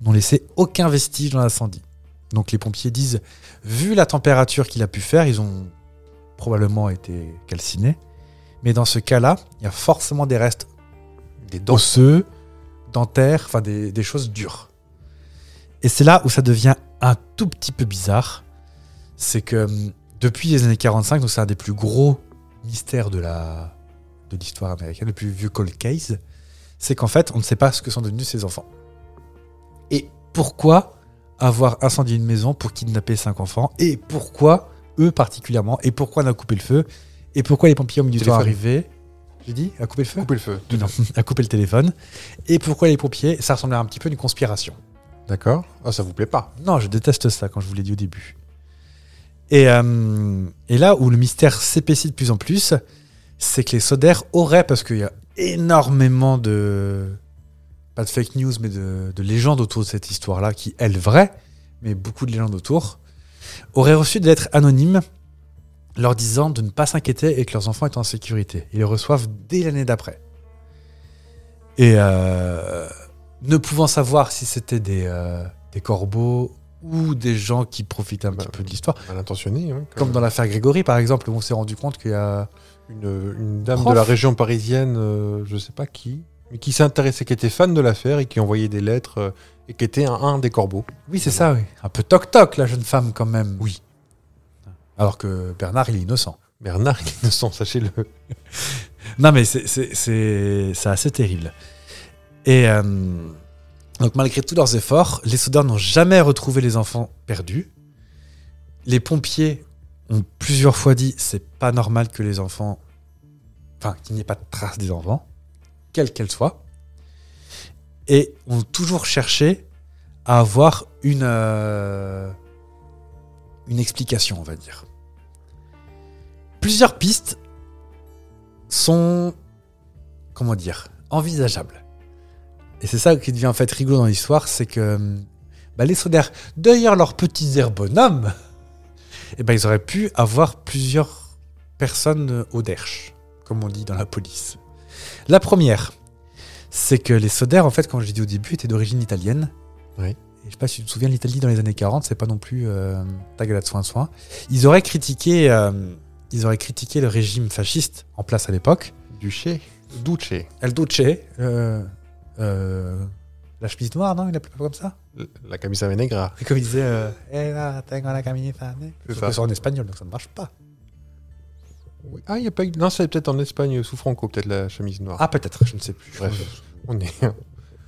S2: n'ont laissé aucun vestige dans l'incendie. Donc les pompiers disent, vu la température qu'il a pu faire, ils ont probablement été calcinés. Mais dans ce cas-là, il y a forcément des restes
S3: Des dents.
S2: osseux, dentaires, enfin des, des choses dures. Et c'est là où ça devient un tout petit peu bizarre. C'est que hum, depuis les années 45, donc c'est un des plus gros mystères de la de l'histoire américaine, le plus vieux cold case, c'est qu'en fait, on ne sait pas ce que sont devenus ces enfants. Et pourquoi avoir incendié une maison pour kidnapper cinq enfants Et pourquoi eux particulièrement Et pourquoi on a coupé le feu Et pourquoi les pompiers au milieu du temps
S3: Téléphone.
S2: arrivés J'ai dit à couper le feu
S3: Couper le feu.
S2: non, à couper le téléphone. Et pourquoi les pompiers Ça ressemblait un petit peu à une conspiration.
S3: D'accord. Ah, ça vous plaît pas.
S2: Non, je déteste ça quand je vous l'ai dit au début. Et, euh, et là où le mystère s'épaissit de plus en plus, c'est que les Sodaires auraient, parce qu'il y a énormément de. pas de fake news, mais de, de légendes autour de cette histoire-là, qui, elle, vraie, mais beaucoup de légendes autour, auraient reçu des lettres anonymes leur disant de ne pas s'inquiéter et que leurs enfants étaient en sécurité. Ils les reçoivent dès l'année d'après. Et euh, ne pouvant savoir si c'était des, euh, des corbeaux ou des gens qui profitent un
S3: Bah,
S2: petit peu de l'histoire,
S3: Mal intentionné. hein, quand
S2: comme dans l'affaire Grégory par exemple, où on s'est rendu compte qu'il y a
S3: une, une dame
S2: Prof.
S3: de la région parisienne, euh, je sais pas qui, mais qui s'intéressait, qui était fan de l'affaire et qui envoyait des lettres euh, et qui était un, un des corbeaux.
S2: Oui, c'est ça, oui. Un peu toc-toc, la jeune femme, quand même. Oui. Alors que Bernard, il est innocent.
S3: Bernard il est innocent, sachez-le.
S2: Non, mais c'est- c'est c'est- c'est assez terrible. Et euh, donc, malgré tous leurs efforts, les soudeurs n'ont jamais retrouvé les enfants perdus. Les pompiers ont plusieurs fois dit c'est pas normal que les enfants. Enfin, qu'il n'y ait pas de traces des enfants, quelles qu'elles soient. Et ont toujours cherché à avoir une. euh, une explication, on va dire. Plusieurs pistes sont, comment dire, envisageables. Et c'est ça qui devient en fait rigolo dans l'histoire, c'est que bah, les sodaires, derrière leurs petits airs bonhommes, eh ben, ils auraient pu avoir plusieurs personnes au derche, comme on dit dans la police. La première, c'est que les sodaires, en fait, comme je l'ai dit au début, étaient d'origine italienne.
S3: Oui.
S2: Et je sais pas si tu te souviens, l'Italie dans les années 40, c'est pas non plus euh, ta gueule à de soin soin. Ils auraient critiqué, euh, ils auraient critiqué le régime fasciste en place à l'époque.
S3: Duché Duce.
S2: El Duce, euh, euh, la chemise noire, non Il l'appelait pas comme ça
S3: La camisa venegra.
S2: Et comme il disait, euh, Eh là, tengo la camisa, eh. né
S3: C'est
S2: Sauf
S3: ça.
S2: que c'est en espagnol, donc ça ne marche pas.
S3: Ah, il y a pas eu... Non, c'est peut-être en Espagne, sous Franco, peut-être la chemise noire.
S2: Ah, peut-être, je ne sais plus.
S3: Bref, on est...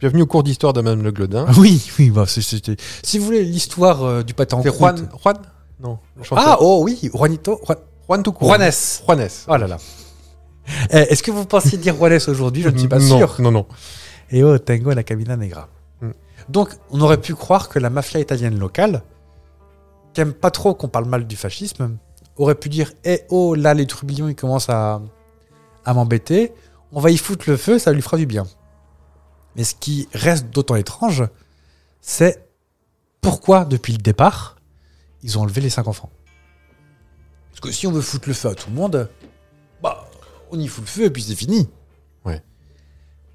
S3: Bienvenue au cours d'histoire de Madame Le Glodin.
S2: Oui, oui, bah, c'est- c'était. Si vous voulez l'histoire euh, du pâté en
S3: C'est
S2: croûte.
S3: Juan Juan Non. le
S2: Ah,
S3: chanteur.
S2: oh oui, Juanito. Juan...
S3: Juan tout court.
S2: Ah, Juanes.
S3: Juanes.
S2: Oh là là. Eh, Est-ce que vous pensiez dire Juanes aujourd'hui Je ne suis pas
S3: non,
S2: sûr.
S3: Non, non.
S2: Et oh, tengo la camina negra.
S3: Mm.
S2: Donc, on aurait pu croire que la mafia italienne locale, qui aime pas trop qu'on parle mal du fascisme, aurait pu dire Eh oh, là, les trublions, ils commencent à, à m'embêter, on va y foutre le feu, ça lui fera du bien. Mais ce qui reste d'autant étrange, c'est pourquoi, depuis le départ, ils ont enlevé les cinq enfants. Parce que si on veut foutre le feu à tout le monde, bah, on y fout le feu et puis c'est fini.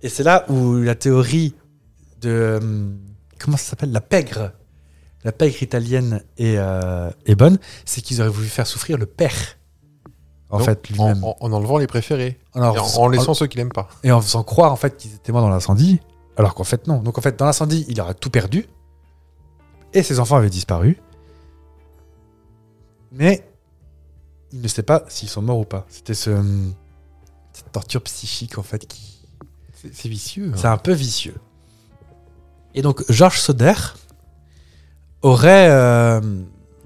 S2: Et c'est là où la théorie de. hum, Comment ça s'appelle La pègre. La pègre italienne est, euh, est bonne. C'est qu'ils auraient voulu faire souffrir le père. En
S3: Donc,
S2: fait, lui-même.
S3: En, en- en enlevant les préférés.
S2: Alors,
S3: Et en, en laissant ceux qu'il aime pas.
S2: et en faisant croire en fait qu'ils étaient morts dans l'incendie, alors qu'en fait non. Donc en fait dans l'incendie, il aurait tout perdu et ses enfants avaient disparu. Mais il ne sait pas s'ils sont morts ou pas. C'était ce hum, cette torture psychique en fait qui
S3: C'est vicieux. hein.
S2: c'est un peu vicieux. Et donc, Georges Soder aurait euh,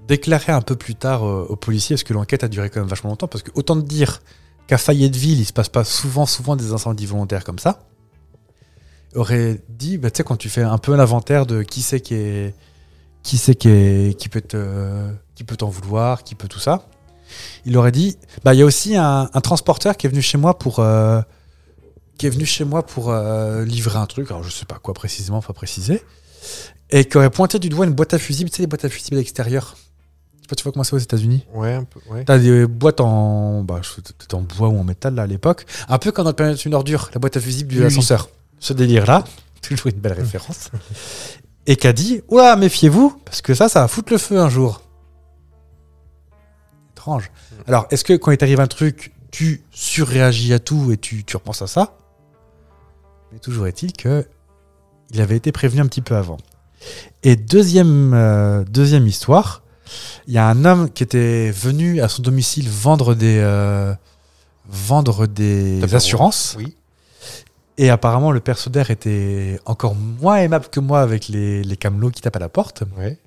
S2: déclaré un peu plus tard euh, aux policiers, parce que l'enquête a duré quand même vachement longtemps, parce que autant te dire qu'à Fayetteville, il se passe pas souvent, souvent des incendies volontaires comme ça, aurait dit, bah, tu sais, quand tu fais un peu l'inventaire de qui c'est qui est, qui c'est qui est, qui peut te- qui peut t'en vouloir, qui peut tout ça, il aurait dit, bah, il y a aussi un, un transporteur qui est venu chez moi pour euh, qui est venu chez moi pour euh, livrer un truc, alors je sais pas quoi précisément, pas précisé, et qui aurait pointé du doigt une boîte à fusibles, tu sais, les boîtes à fusibles extérieures. Je sais pas, tu vois comment c'est aux États-Unis
S3: Ouais, un peu. Ouais.
S2: T'as des boîtes en, bah, je- peut-être en bois ou en métal là à l'époque, un peu comme dans le planète une ordure, la boîte à fusibles du
S3: Oui, Hum.
S2: ascenseur. Ce délire là, toujours une belle référence. et qui a dit, oula, méfiez-vous, parce que ça, ça va foutre le feu un jour. Étrange. Alors, est-ce que quand il t'arrive un truc, tu surréagis à tout et tu, tu repenses à ça mais toujours est-il que il avait été prévenu un petit peu avant. Et deuxième, euh, deuxième histoire, il y a un homme qui était venu à son domicile vendre des, euh, vendre des
S3: Tupperware.
S2: assurances.
S3: Oui.
S2: Et apparemment, le père Soder était encore moins aimable que moi avec les, les camelots qui tapent à la porte.
S3: Ouais.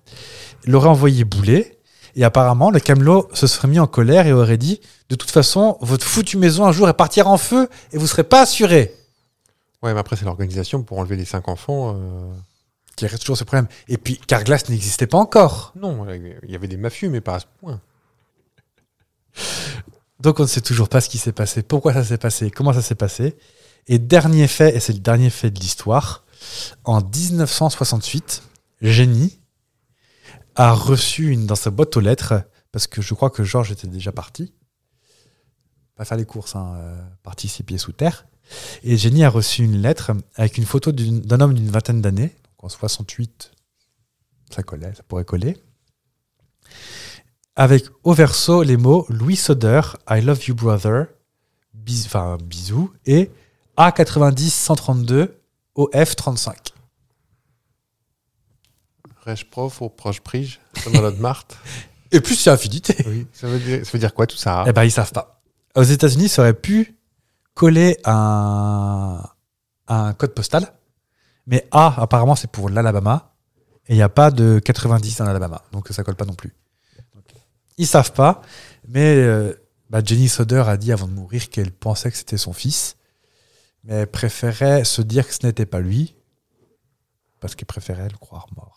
S2: Il l'aurait envoyé bouler. Et apparemment, le camelot se serait mis en colère et aurait dit De toute façon, votre foutue maison un jour est partira en feu et vous serez pas assuré.
S3: Ouais, mais après, c'est l'organisation pour enlever les cinq enfants. euh,
S2: qui reste toujours ce problème. Et puis, Carglass n'existait pas encore.
S3: Non, il y avait des mafieux, mais pas à ce point.
S2: Donc, on ne sait toujours pas ce qui s'est passé, pourquoi ça s'est passé, comment ça s'est passé. Et dernier fait, et c'est le dernier fait de l'histoire, en 1968, Jenny a reçu une, dans sa boîte aux lettres, parce que je crois que Georges était déjà parti, pas faire les courses, hein, euh, parti six pieds sous terre, Et Jenny a reçu une lettre avec une photo d'une- d'un homme d'une vingtaine d'années, donc en 68, ça collait, ça pourrait coller, avec au verso les mots Louis Soder, I love you brother, bis- enfin bisous, et A90 132 OF35.
S3: Rech prof au proche prige, dans l'autre Marthe.
S2: Et plus c'est infinité.
S3: Oui, ça veut dire, ça veut dire quoi tout ça
S2: Eh ben, ils savent pas. Aux États-Unis, ça aurait pu coller un, un code postal, mais A, apparemment, c'est pour l'Alabama, et il n'y a pas de 90 en Alabama, donc ça colle pas non plus. Donc, ils savent pas, mais euh, bah, Jenny Soder a dit avant de mourir qu'elle pensait que c'était son fils, mais elle préférait se dire que ce n'était pas lui, parce qu'elle préférait le croire mort.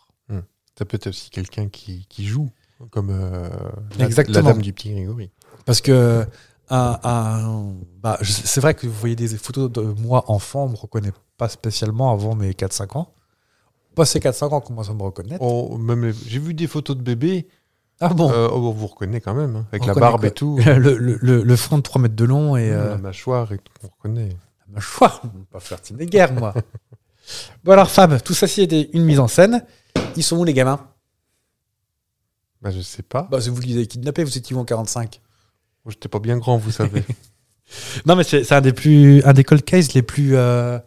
S3: Ça peut être aussi quelqu'un qui, qui joue, comme euh, la,
S2: Exactement.
S3: la dame du petit Grégory.
S2: Parce que un- un- bah, je- c'est vrai que vous voyez des photos de moi enfant, on me reconnaît pas spécialement avant mes 4-5 ans. Passé 4-5 ans, on commence à me reconnaître.
S3: Oh, même les- J'ai vu des photos de bébé,
S2: Ah bon
S3: euh, oh, on vous reconnaît quand même, hein, avec
S2: On
S3: la
S2: reconnaît
S3: barbe
S2: quoi
S3: et tout,
S2: le, le- le- le front de 3 mètres de long et euh,
S3: la mâchoire, et tout, on reconnaît.
S2: la mâchoire. Je veux Pas faire guerres, moi. bon, alors, Fab, tout ça, c'était une mise en scène. Ils sont où, les gamins
S3: Bah, je sais pas.
S2: bah, C'est vous qui les avez kidnappés, vous étiez où en 45
S3: J'étais pas bien grand, vous savez.
S2: Non, mais c'est c'est un des plus, un des cold cases les plus, euh,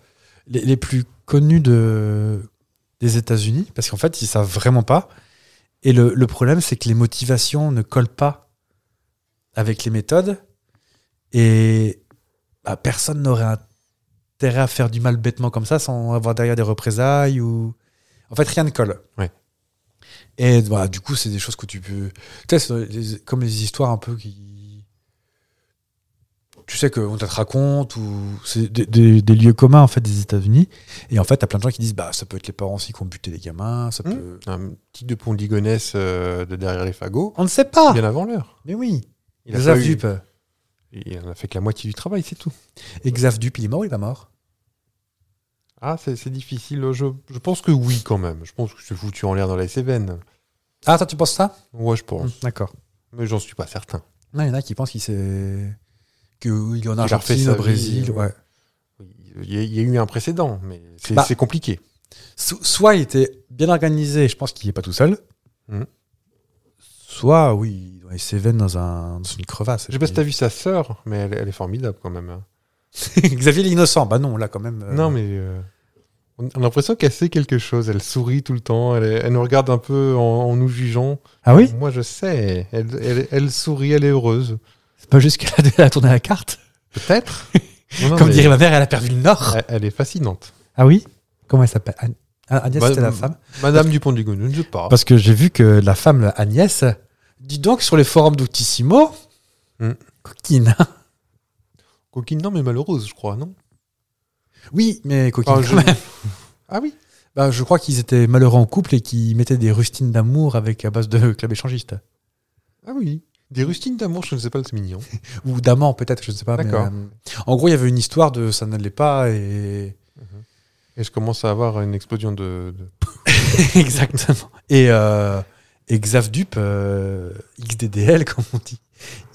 S2: les, les plus connus de, des États-Unis, parce qu'en fait, ils savent vraiment pas. Et le, le problème, c'est que les motivations ne collent pas avec les méthodes, et bah, personne n'aurait intérêt à faire du mal bêtement comme ça, sans avoir derrière des représailles ou. En fait, rien ne colle.
S3: Ouais.
S2: Et bah, du coup, c'est des choses que tu peux. Tu sais, c'est les- comme les histoires un peu qui tu sais qu'on te le raconte ou c'est des, des- des lieux communs en fait des États-Unis et en fait t'as plein de gens qui disent bah ça peut être les parents aussi qui ont buté les gamins ça
S3: Hmm.
S2: peut
S3: Un petit de Pondigonesse euh, de derrière les fagots,
S2: on ne sait pas
S3: bien avant l'heure.
S2: mais oui
S3: Il, a
S2: Xav
S3: pas eu-
S2: Dup
S3: il en a fait que la moitié du travail, c'est tout.
S2: et Xav Dup il est mort ou il va mort
S3: Ah, c'est c'est difficile. Je, je pense que oui, quand même. Je pense que c'est foutu en l'air dans les Cévennes.
S2: ah toi tu penses ça
S3: Ouais, je pense.
S2: Hmm, d'accord
S3: Mais j'en suis pas certain.
S2: non il y en a qui pensent qu'il s'est qu'il est en
S3: refait
S2: Argentine
S3: sa
S2: au
S3: vie,
S2: Brésil
S3: euh,
S2: ouais
S3: Il y, a, il y a eu un précédent, mais c'est
S2: Bah.
S3: c'est compliqué.
S2: So- soit il était bien organisé, je pense qu'il n'est pas tout seul.
S3: Mhm.
S2: Soit, oui, il s'évène dans, un, dans une crevasse.
S3: Je sais pas si t'as vu sa sœur, mais elle, elle est formidable quand même. hein.
S2: Xavier l'innocent, bah non, là quand même. euh,
S3: Non, mais euh, on on a l'impression qu'elle sait quelque chose. Elle sourit tout le temps. Elle, est- elle nous regarde un peu en, en nous jugeant.
S2: Ah oui
S3: Moi, je sais. Elle, elle- elle sourit, elle est heureuse.
S2: C'est pas juste qu'elle a- elle a tourné la carte.
S3: Peut-être. Non, non,
S2: Comme
S3: mais
S2: dirait ma mère, elle a perdu le nord.
S3: elle, elle est fascinante.
S2: Ah oui Comment elle s'appelle An- Ah, Agnès,
S3: Bah,
S2: c'était la
S3: m-
S2: femme.
S3: Madame Dupont du ne sais pas.
S2: Parce que j'ai vu que la femme, la Agnès, dis donc sur les forums d'Outtissimo,
S3: Hmm.
S2: coquine. hein.
S3: Coquine, non, mais malheureuse, je crois, non
S2: Oui, mais coquine.
S3: Ah,
S2: quand
S3: je-
S2: même.
S3: Ah oui
S2: Bah, je crois qu'ils étaient malheureux en couple et qu'ils mettaient des rustines d'amour avec à base de club échangiste.
S3: Ah oui. Des rustines d'amour, je ne sais pas, c'est mignon.
S2: ou d'amant peut-être, je ne sais pas. mais,
S3: D'accord.
S2: euh, en gros, il y avait une histoire de ça n'allait pas et
S3: Et je commence à avoir une explosion de. de-
S2: exactement. Et, euh, et Xav Dup, euh, XDDL comme on dit,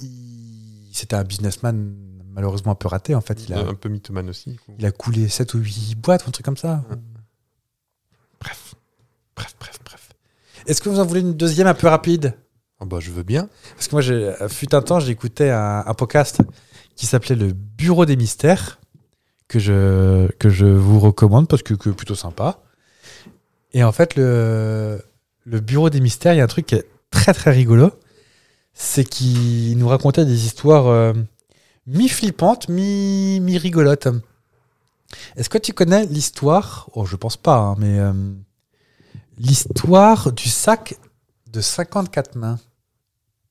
S2: il- c'était un businessman malheureusement un peu raté en fait. Il a,
S3: Un peu mythomane aussi.
S2: il a coulé 7 ou 8 boîtes ou un truc comme ça.
S3: Ouais.
S2: Bref, bref, bref, bref. Est-ce que vous en voulez une deuxième un peu rapide
S3: Ah bah, je veux bien.
S2: Parce que moi, j'ai- euh, fut un temps, j'écoutais un, un podcast qui s'appelait Le Bureau des Mystères, que je, que je vous recommande parce que, que plutôt sympa. Et en fait, le, le Bureau des Mystères, il y a un truc qui est très très rigolo, c'est qu'il nous racontait des histoires euh, mi-flippantes, mi- mi-rigolotes. Est-ce que tu connais l'histoire Oh, je pense pas, hein, mais euh, l'histoire du sac de 54 mains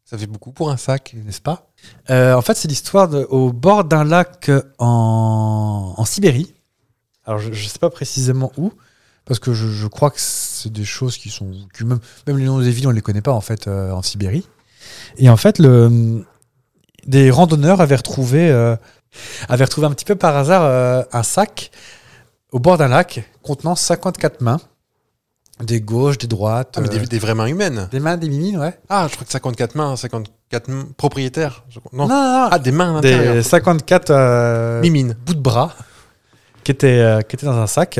S3: Ça fait beaucoup pour un sac, n'est-ce pas
S2: euh, en fait, c'est l'histoire de- au bord d'un lac euh, en, en Sibérie. Alors, je ne sais pas précisément où, parce que je, je crois que c'est des choses qui sont. que même, même les noms des villes, on ne les connaît pas, en fait, euh, en Sibérie. Et en fait, le, des randonneurs avaient retrouvé, euh, avaient retrouvé un petit peu par hasard euh, un sac au bord d'un lac contenant 54 mains, des gauches, des droites,
S3: Ah, mais
S2: euh,
S3: des, des vraies mains humaines.
S2: des mains, des mimines, ouais.
S3: Ah, je crois que 54 mains, 54 Quatre m- propriétaires. je crois. Non.
S2: Non, non, non.
S3: Ah, des mains à l'intérieur.
S2: des 54 euh,
S3: Mimines.
S2: bouts de bras qui étaient, euh, qui étaient dans un sac.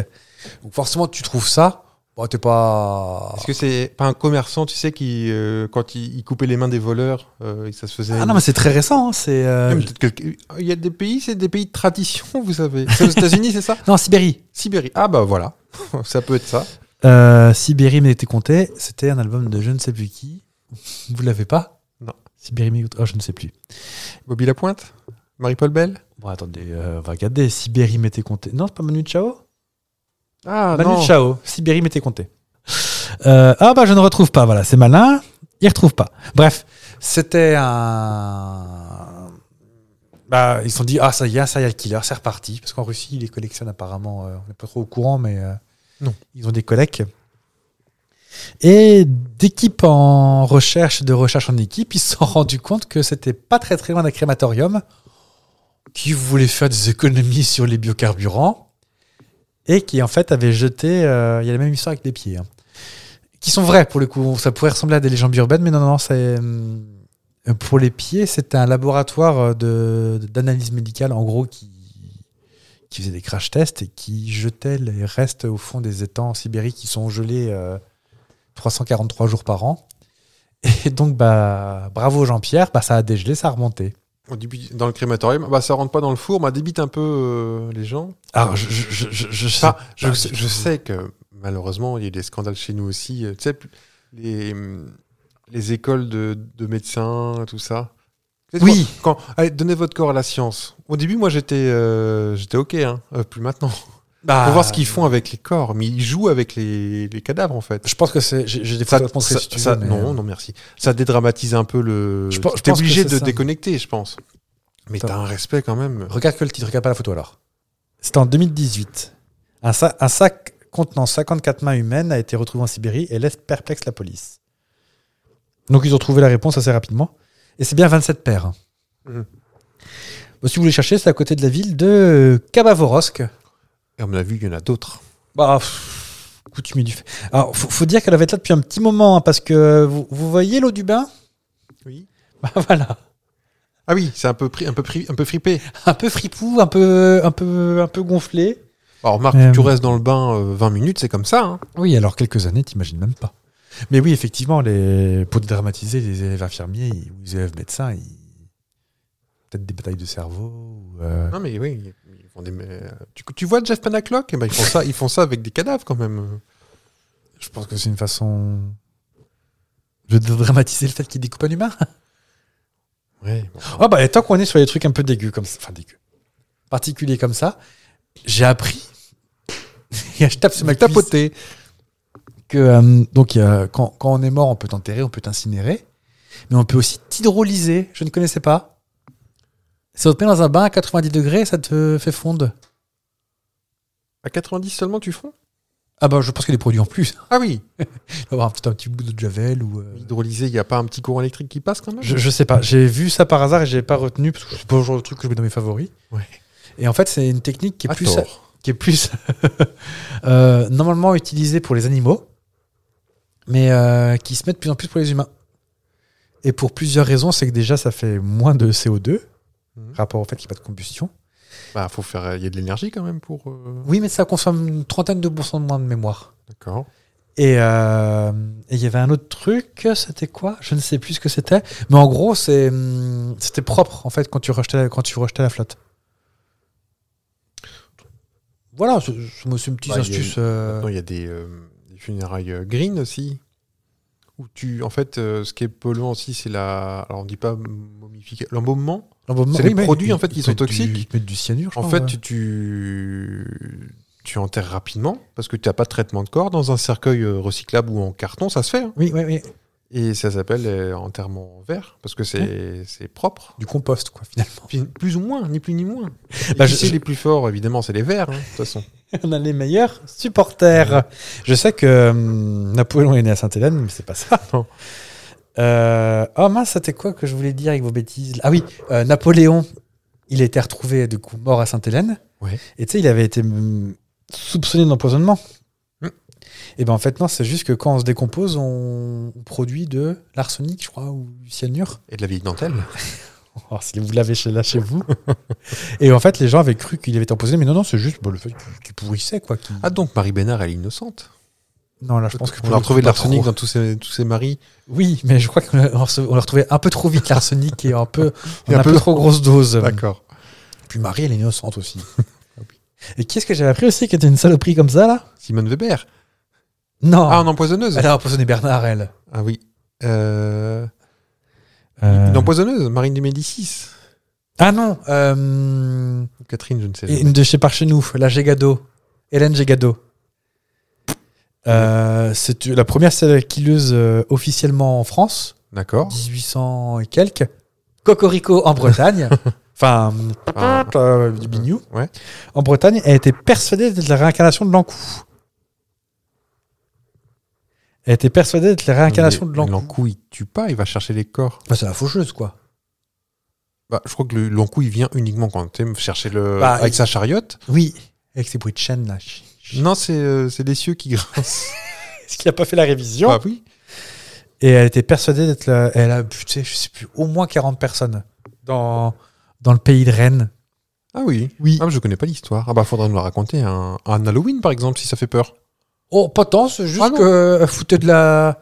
S2: Donc forcément, tu trouves ça. Bah, t'es pas.
S3: Est-ce que c'est pas un commerçant, tu sais, qui, euh, quand il, il coupait les mains des voleurs euh, et que ça se faisait.
S2: Ah non, mais c'est très récent. hein, C'est. euh,
S3: Ouais, mais peut-être que- Ah, Il y a des pays, c'est des pays de tradition, vous savez. C'est aux États-Unis, c'est ça
S2: Non, Sibérie.
S3: Sibérie. Ah bah voilà, ça peut être ça.
S2: Euh, Sibérie m'était compté, c'était un album de je ne sais plus qui. Vous l'avez pas
S3: Non.
S2: Sibérie m'était compté, oh, je ne sais plus.
S3: Bobby Lapointe, Marie-Paul Bell.
S2: Bon, attendez, euh, on va regarder. Sibérie m'était compté. Non, c'est pas Manu Chao
S3: Ah
S2: Manu
S3: non.
S2: Chao, Sibérie m'était compté. Euh, ah bah je ne retrouve pas, voilà, c'est malin, il retrouve pas. Bref, c'était un... Bah, ils se sont dit, ah ça y est, un serial killer, c'est reparti, parce qu'en Russie, ils les collectionnent apparemment, euh, on n'est pas trop au courant, mais euh,
S3: Non.
S2: ils ont des collègues. Et d'équipe en recherche, de recherche en équipe, ils se sont rendus compte que c'était pas très très loin d'un crématorium, qui voulait faire des économies sur les biocarburants et qui en fait avait jeté. euh, Il y a la même histoire avec les pieds, hein. qui sont vrais pour le coup. Ça pourrait ressembler à des légendes urbaines, mais non, non, non, c'est hum, pour les pieds. C'était un laboratoire euh, de d'analyse médicale, en gros, qui qui faisait des crash tests et qui jetait les restes au fond des étangs en Sibérie qui sont gelés euh, 343 jours par an. Et donc, bah, bravo Jean-Pierre, bah, ça a dégelé, ça a remonté.
S3: On débite dans le crématorium. Bah ça rentre pas dans le four, mais on débite un peu euh, les gens.
S2: Alors, je, je- je- je- je sais.
S3: Enfin, je,
S2: bah,
S3: sais- je sais que malheureusement, il y a des scandales chez nous aussi. euh, Tu sais, les, hum, les écoles de, de médecins, tout ça. Tu sais,
S2: Oui.
S3: Quand, quand- allez, donnez votre corps à la science. Au début, moi, j'étais euh, j'étais OK, hein, euh, plus maintenant.
S2: Bah,
S3: Pour voir ce qu'ils font avec les corps. Mais ils jouent avec les, les cadavres, en fait.
S2: Je pense que c'est. J'ai j'ai des
S3: Ça,
S2: photos à te montrer
S3: ça-
S2: si tu
S3: ça-
S2: veux, mais- euh,
S3: non, non, merci. Ça dédramatise un peu le.
S2: Je pense- je
S3: T'es
S2: pense que
S3: obligé
S2: c'est
S3: de
S2: ça.
S3: déconnecter, je pense. Mais
S2: Attends.
S3: t'as un respect quand même.
S2: Regarde que le titre, regarde pas la photo alors. C'était en 2018. Un, sa- un sac contenant 54 mains humaines a été retrouvé en Sibérie et laisse perplexe la police. Donc ils ont trouvé la réponse assez rapidement. Et c'est bien 27 paires.
S3: Mhm.
S2: Bah, si vous voulez chercher, c'est à côté de la ville de euh, Khabavorosk.
S3: Et on a vu, il y en a d'autres.
S2: Bah, pff, coutumier du fait. Alors, faut, faut dire qu'elle avait été là depuis un petit moment, hein, parce que vous, vous voyez l'eau du bain
S3: Oui.
S2: Bah voilà.
S3: Ah oui, c'est un peu, pri- un, peu pri- un peu fripé.
S2: Un peu fripou, un peu, un peu, un peu gonflé.
S3: Alors, Marc,
S2: Euh,
S3: tu restes dans le bain euh, 20 minutes, c'est comme ça. hein.
S2: Oui, alors quelques années, t'imagines même pas. Mais oui, effectivement, les, pour dramatiser, les élèves infirmiers ils- ou les élèves médecins, ils- peut-être des batailles de cerveau. ou, euh,
S3: Non, mais oui. ils font des- mais, euh, Tu, tu vois Jeff Panaclock eh ben, ils, font ça, ils font ça avec des cadavres quand même.
S2: Je pense que c'est une façon de dramatiser le fait qu'ils découpent un humain.
S3: Ouais, bon.
S2: Ah bah, et tant qu'on est sur des trucs un peu dégueux comme ça, enfin dégueux, particuliers comme ça, j'ai appris. Et je tape sur ma cuisse.
S3: Tapoter.
S2: que euh, donc il y a- quand, quand on est mort, on peut t'enterrer, on peut t'incinérer, mais on peut aussi t'hydrolyser. Je ne connaissais pas. C'est on te met dans un bain à 90 degrés, ça te fait fondre.
S3: À 90 seulement, tu fonds
S2: Ah bah je pense que les produits en plus.
S3: Ah oui.
S2: Il va y avoir peut-être un petit bout de javel ou. euh,
S3: Hydrolysé, il n'y a pas un petit courant électrique qui passe quand même
S2: Je, je sais pas. J'ai vu ça par hasard et j'ai pas retenu parce que c'est pas le genre de truc que je mets dans mes favoris.
S3: Ouais.
S2: Et en fait, c'est une technique qui est
S3: À
S2: plus,
S3: tort.
S2: qui est plus euh, normalement utilisée pour les animaux, mais euh, qui se met de plus en plus pour les humains. Et pour plusieurs raisons, c'est que déjà ça fait moins de CO2,
S3: Mhm.
S2: rapport au fait qu'il n'y a pas de combustion.
S3: Bah, faut faire. Il y a de l'énergie quand même pour. euh,
S2: Oui, mais ça consomme une trentaine de pourcents de moins de mémoire.
S3: D'accord.
S2: Et euh, et il y avait un autre truc, c'était quoi Je ne sais plus ce que c'était. Mais en gros, c'est, hum, c'était propre en fait quand tu rejetais, quand tu rejetais la flotte. Voilà, c'est c'est moi, c'est une petite
S3: Bah, il y a
S2: astuce.
S3: une-
S2: euh,
S3: Maintenant, il y a des, euh, des funérailles euh, green aussi. Où tu, en fait, euh, ce qui est polluant aussi, c'est la. Alors, on dit pas momification. L'embaumement.
S2: L'embaumement-
S3: C'est des
S2: oui, mais
S3: produits, en
S2: ils-
S3: fait, qui
S2: ils
S3: sont
S2: mettent du-
S3: toxiques.
S2: Ils te mettent du cyanure, je
S3: En
S2: crois,
S3: fait,
S2: Oh, ouais.
S3: tu, tu, tu enterres rapidement parce que tu n'as pas de traitement de corps. Dans un cercueil euh, recyclable ou en carton, ça se fait. hein.
S2: Oui, oui, oui.
S3: Et ça s'appelle euh, enterrement vert parce que c'est c'est propre.
S2: Du compost, quoi, finalement.
S3: Puis, plus ou moins, ni plus ni moins.
S2: Bah,
S3: Et qui
S2: je-
S3: c'est
S2: je-
S3: les plus forts, évidemment, c'est les verts, hein, de toute façon.
S2: On a les meilleurs supporters. Je sais que hum, Napoléon est né à Sainte-Hélène, mais c'est pas ça.
S3: Non.
S2: Euh, oh mince, c'était quoi que je voulais dire avec vos bêtises là Ah oui, euh, Napoléon, il a été retrouvé du coup mort à Sainte-Hélène.
S3: Ouais.
S2: Et tu sais, il avait été hum, soupçonné d'empoisonnement.
S3: Hum.
S2: Et ben en fait, non, c'est juste que quand on se décompose, on produit de l'arsenic, je crois, ou du cyanure.
S3: Et de la vieille dentelle.
S2: Alors, si vous l'avez chez, là chez vous. et en fait, les gens avaient cru qu'il avait été empoisonné, mais non, non, c'est juste bah, le fait qu'il qu'il pourrissait, quoi. qu'il-
S3: Ah donc Marie Bénard, elle est innocente.
S2: non, là, je pense que
S3: On a retrouvé de
S2: pas
S3: l'arsenic
S2: trop.
S3: dans tous ses, tous ses maris.
S2: Oui, mais je crois qu'on l'a on l'a retrouvé un peu trop vite, l'arsenic, et un peu,
S3: Et
S2: en
S3: un
S2: un peu,
S3: peu-
S2: trop grosse dose.
S3: D'accord.
S2: Puis Marie, elle est innocente aussi. Ah et qu'est-ce que j'avais appris aussi qui était une saloperie comme ça, là
S3: Simone Weber.
S2: Non,
S3: Ah, en empoisonneuse.
S2: elle a empoisonné Bernard, elle.
S3: Ah oui. Euh,
S2: Euh,
S3: Une empoisonneuse, Marine de Médicis.
S2: Ah non, euh,
S3: Ou Catherine, je ne sais
S2: et
S3: jamais.
S2: une de chez par chez nous, la Gégado, Hélène Gégado. Euh, c'est la première sélaquilleuse euh, officiellement en France,
S3: D'accord.
S2: 1800 et quelques. Cocorico en Bretagne, enfin,
S3: Ah.
S2: euh, du Bignou.
S3: Ouais.
S2: En Bretagne, elle était persuadée d'être la réincarnation de l'Ankou. Elle était persuadée d'être la réincarnation
S3: Mais-
S2: de l'Ankou.
S3: mais L'encou, il tue pas, il va chercher les corps.
S2: Bah, c'est la faucheuse, quoi.
S3: Bah, je crois que le- l'encou, il vient uniquement quand tu sais, chercher le.
S2: Bah,
S3: avec
S2: il-
S3: sa chariote.
S2: Oui, avec ses bruits de chaîne, là. Chut, chut.
S3: Non, c'est euh, c'est des cieux qui grincent.
S2: Est-ce qu'il n'a pas fait la révision
S3: Ah oui.
S2: Et elle était persuadée d'être là. Elle a, tu sais, je sais plus, au moins 40 personnes dans, dans le pays de Rennes.
S3: Ah oui.
S2: Oui.
S3: Ah, mais je connais pas l'histoire. Ah bah, faudrait nous la raconter. Un, un Halloween, par exemple, si ça fait peur.
S2: Oh, pas tant, c'est juste
S3: Ah non.
S2: qu'elle foutait de la.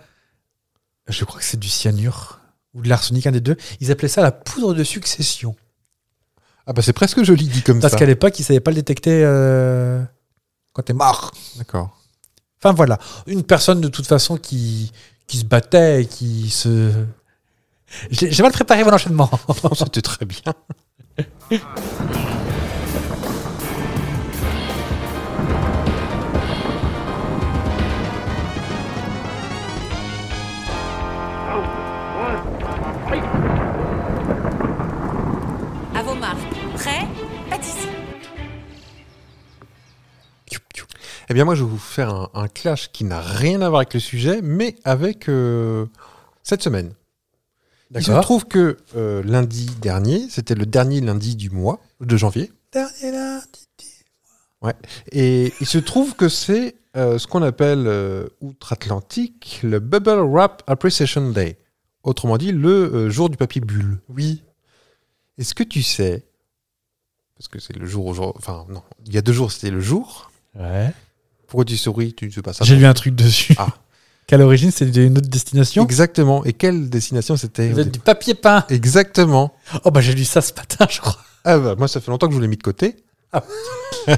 S2: Je crois que c'est du cyanure ou de l'arsenic, un des deux. Ils appelaient ça la poudre de succession.
S3: Ah bah, c'est presque joli dit comme
S2: Parce
S3: ça.
S2: qu'à l'époque, ils savaient pas le détecter euh, quand t'es mort.
S3: D'accord.
S2: Enfin voilà, une personne de toute façon qui, qui se battait et qui se. J'ai j'ai mal préparé mon enchaînement.
S3: Non, C'était très bien.
S6: À vos marques. Prêt Pâtisserie.
S3: Eh bien, moi, je vais vous faire un, un clash qui n'a rien à voir avec le sujet, mais avec euh, cette semaine. Il se
S2: D'accord.
S3: trouve que euh, lundi dernier, c'était le dernier lundi du mois de janvier,
S2: Dernier là.
S3: et il se trouve que c'est euh, ce qu'on appelle euh, outre-Atlantique le Bubble Wrap Appreciation Day, autrement dit le euh, jour du papier bulle. Oui. Est-ce que tu sais, parce que c'est le jour aujourd'hui, enfin non, il y a deux jours c'était le jour.
S2: Ouais.
S3: Pourquoi tu souris Tu ne sais pas ça
S2: J'ai lu un truc dessus.
S3: Ah.
S2: Qu'à l'origine, c'était une autre destination.
S3: Exactement. Et quelle destination c'était au
S2: Vous êtes
S3: départ
S2: du papier peint.
S3: Exactement.
S2: Oh bah j'ai lu ça ce matin, je crois.
S3: Ah bah, moi, ça fait longtemps que je l'ai mis de côté.
S2: Ah.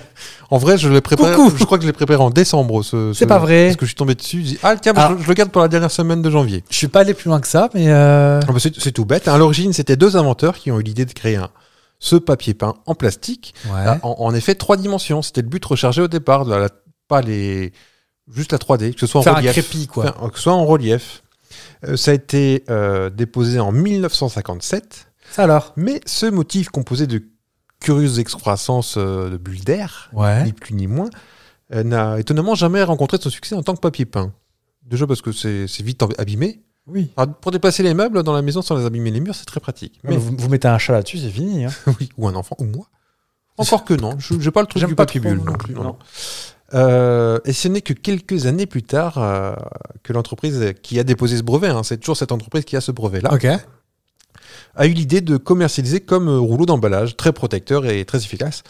S3: en vrai, je l'ai préparé.
S2: Coucou.
S3: Je crois que je l'ai préparé en décembre. Ce,
S2: C'est
S3: ce-
S2: pas vrai.
S3: Parce que je suis tombé dessus. Je dis, ah tiens,
S2: Ah.
S3: bah, Je, je le garde pour la dernière semaine de janvier.
S2: Je suis pas allé plus loin que ça, mais euh,
S3: Ah bah, c'est c'est tout bête. hein. À l'origine, c'était deux inventeurs qui ont eu l'idée de créer un ce papier peint en plastique
S2: ouais.
S3: Ah, en, en effet trois dimensions. C'était le but recherché au départ, la- la- pas les juste la 3D, que ce soit en
S2: faire un
S3: relief.
S2: crépi quoi.
S3: Enfin, que ce soit en relief. Euh, ça a été euh, déposé en 1957
S2: Ça alors.
S3: mais ce motif composé de curieuses excroissances euh, de bulles d'air,
S2: Ouais.
S3: ni plus ni moins, euh, n'a étonnamment jamais rencontré son succès en tant que papier peint. Déjà parce que c'est c'est vite ab- abîmé.
S2: Oui.
S3: Alors, pour déplacer les meubles dans la maison sans les abîmer les murs, c'est très pratique. Mais
S2: vous, vous mettez un chat là-dessus, c'est fini. hein.
S3: oui, ou un enfant, ou moi. Encore que non, je n'ai pas le truc
S2: J'aime
S3: du
S2: pas
S3: papier
S2: trop,
S3: bulle.
S2: moi non plus, non.
S3: Euh, et ce n'est que quelques années plus tard euh, que l'entreprise qui a déposé ce brevet, hein, c'est toujours cette entreprise qui a ce brevet-là,
S2: Ok.
S3: a eu l'idée de commercialiser comme euh, rouleau d'emballage très protecteur et très efficace,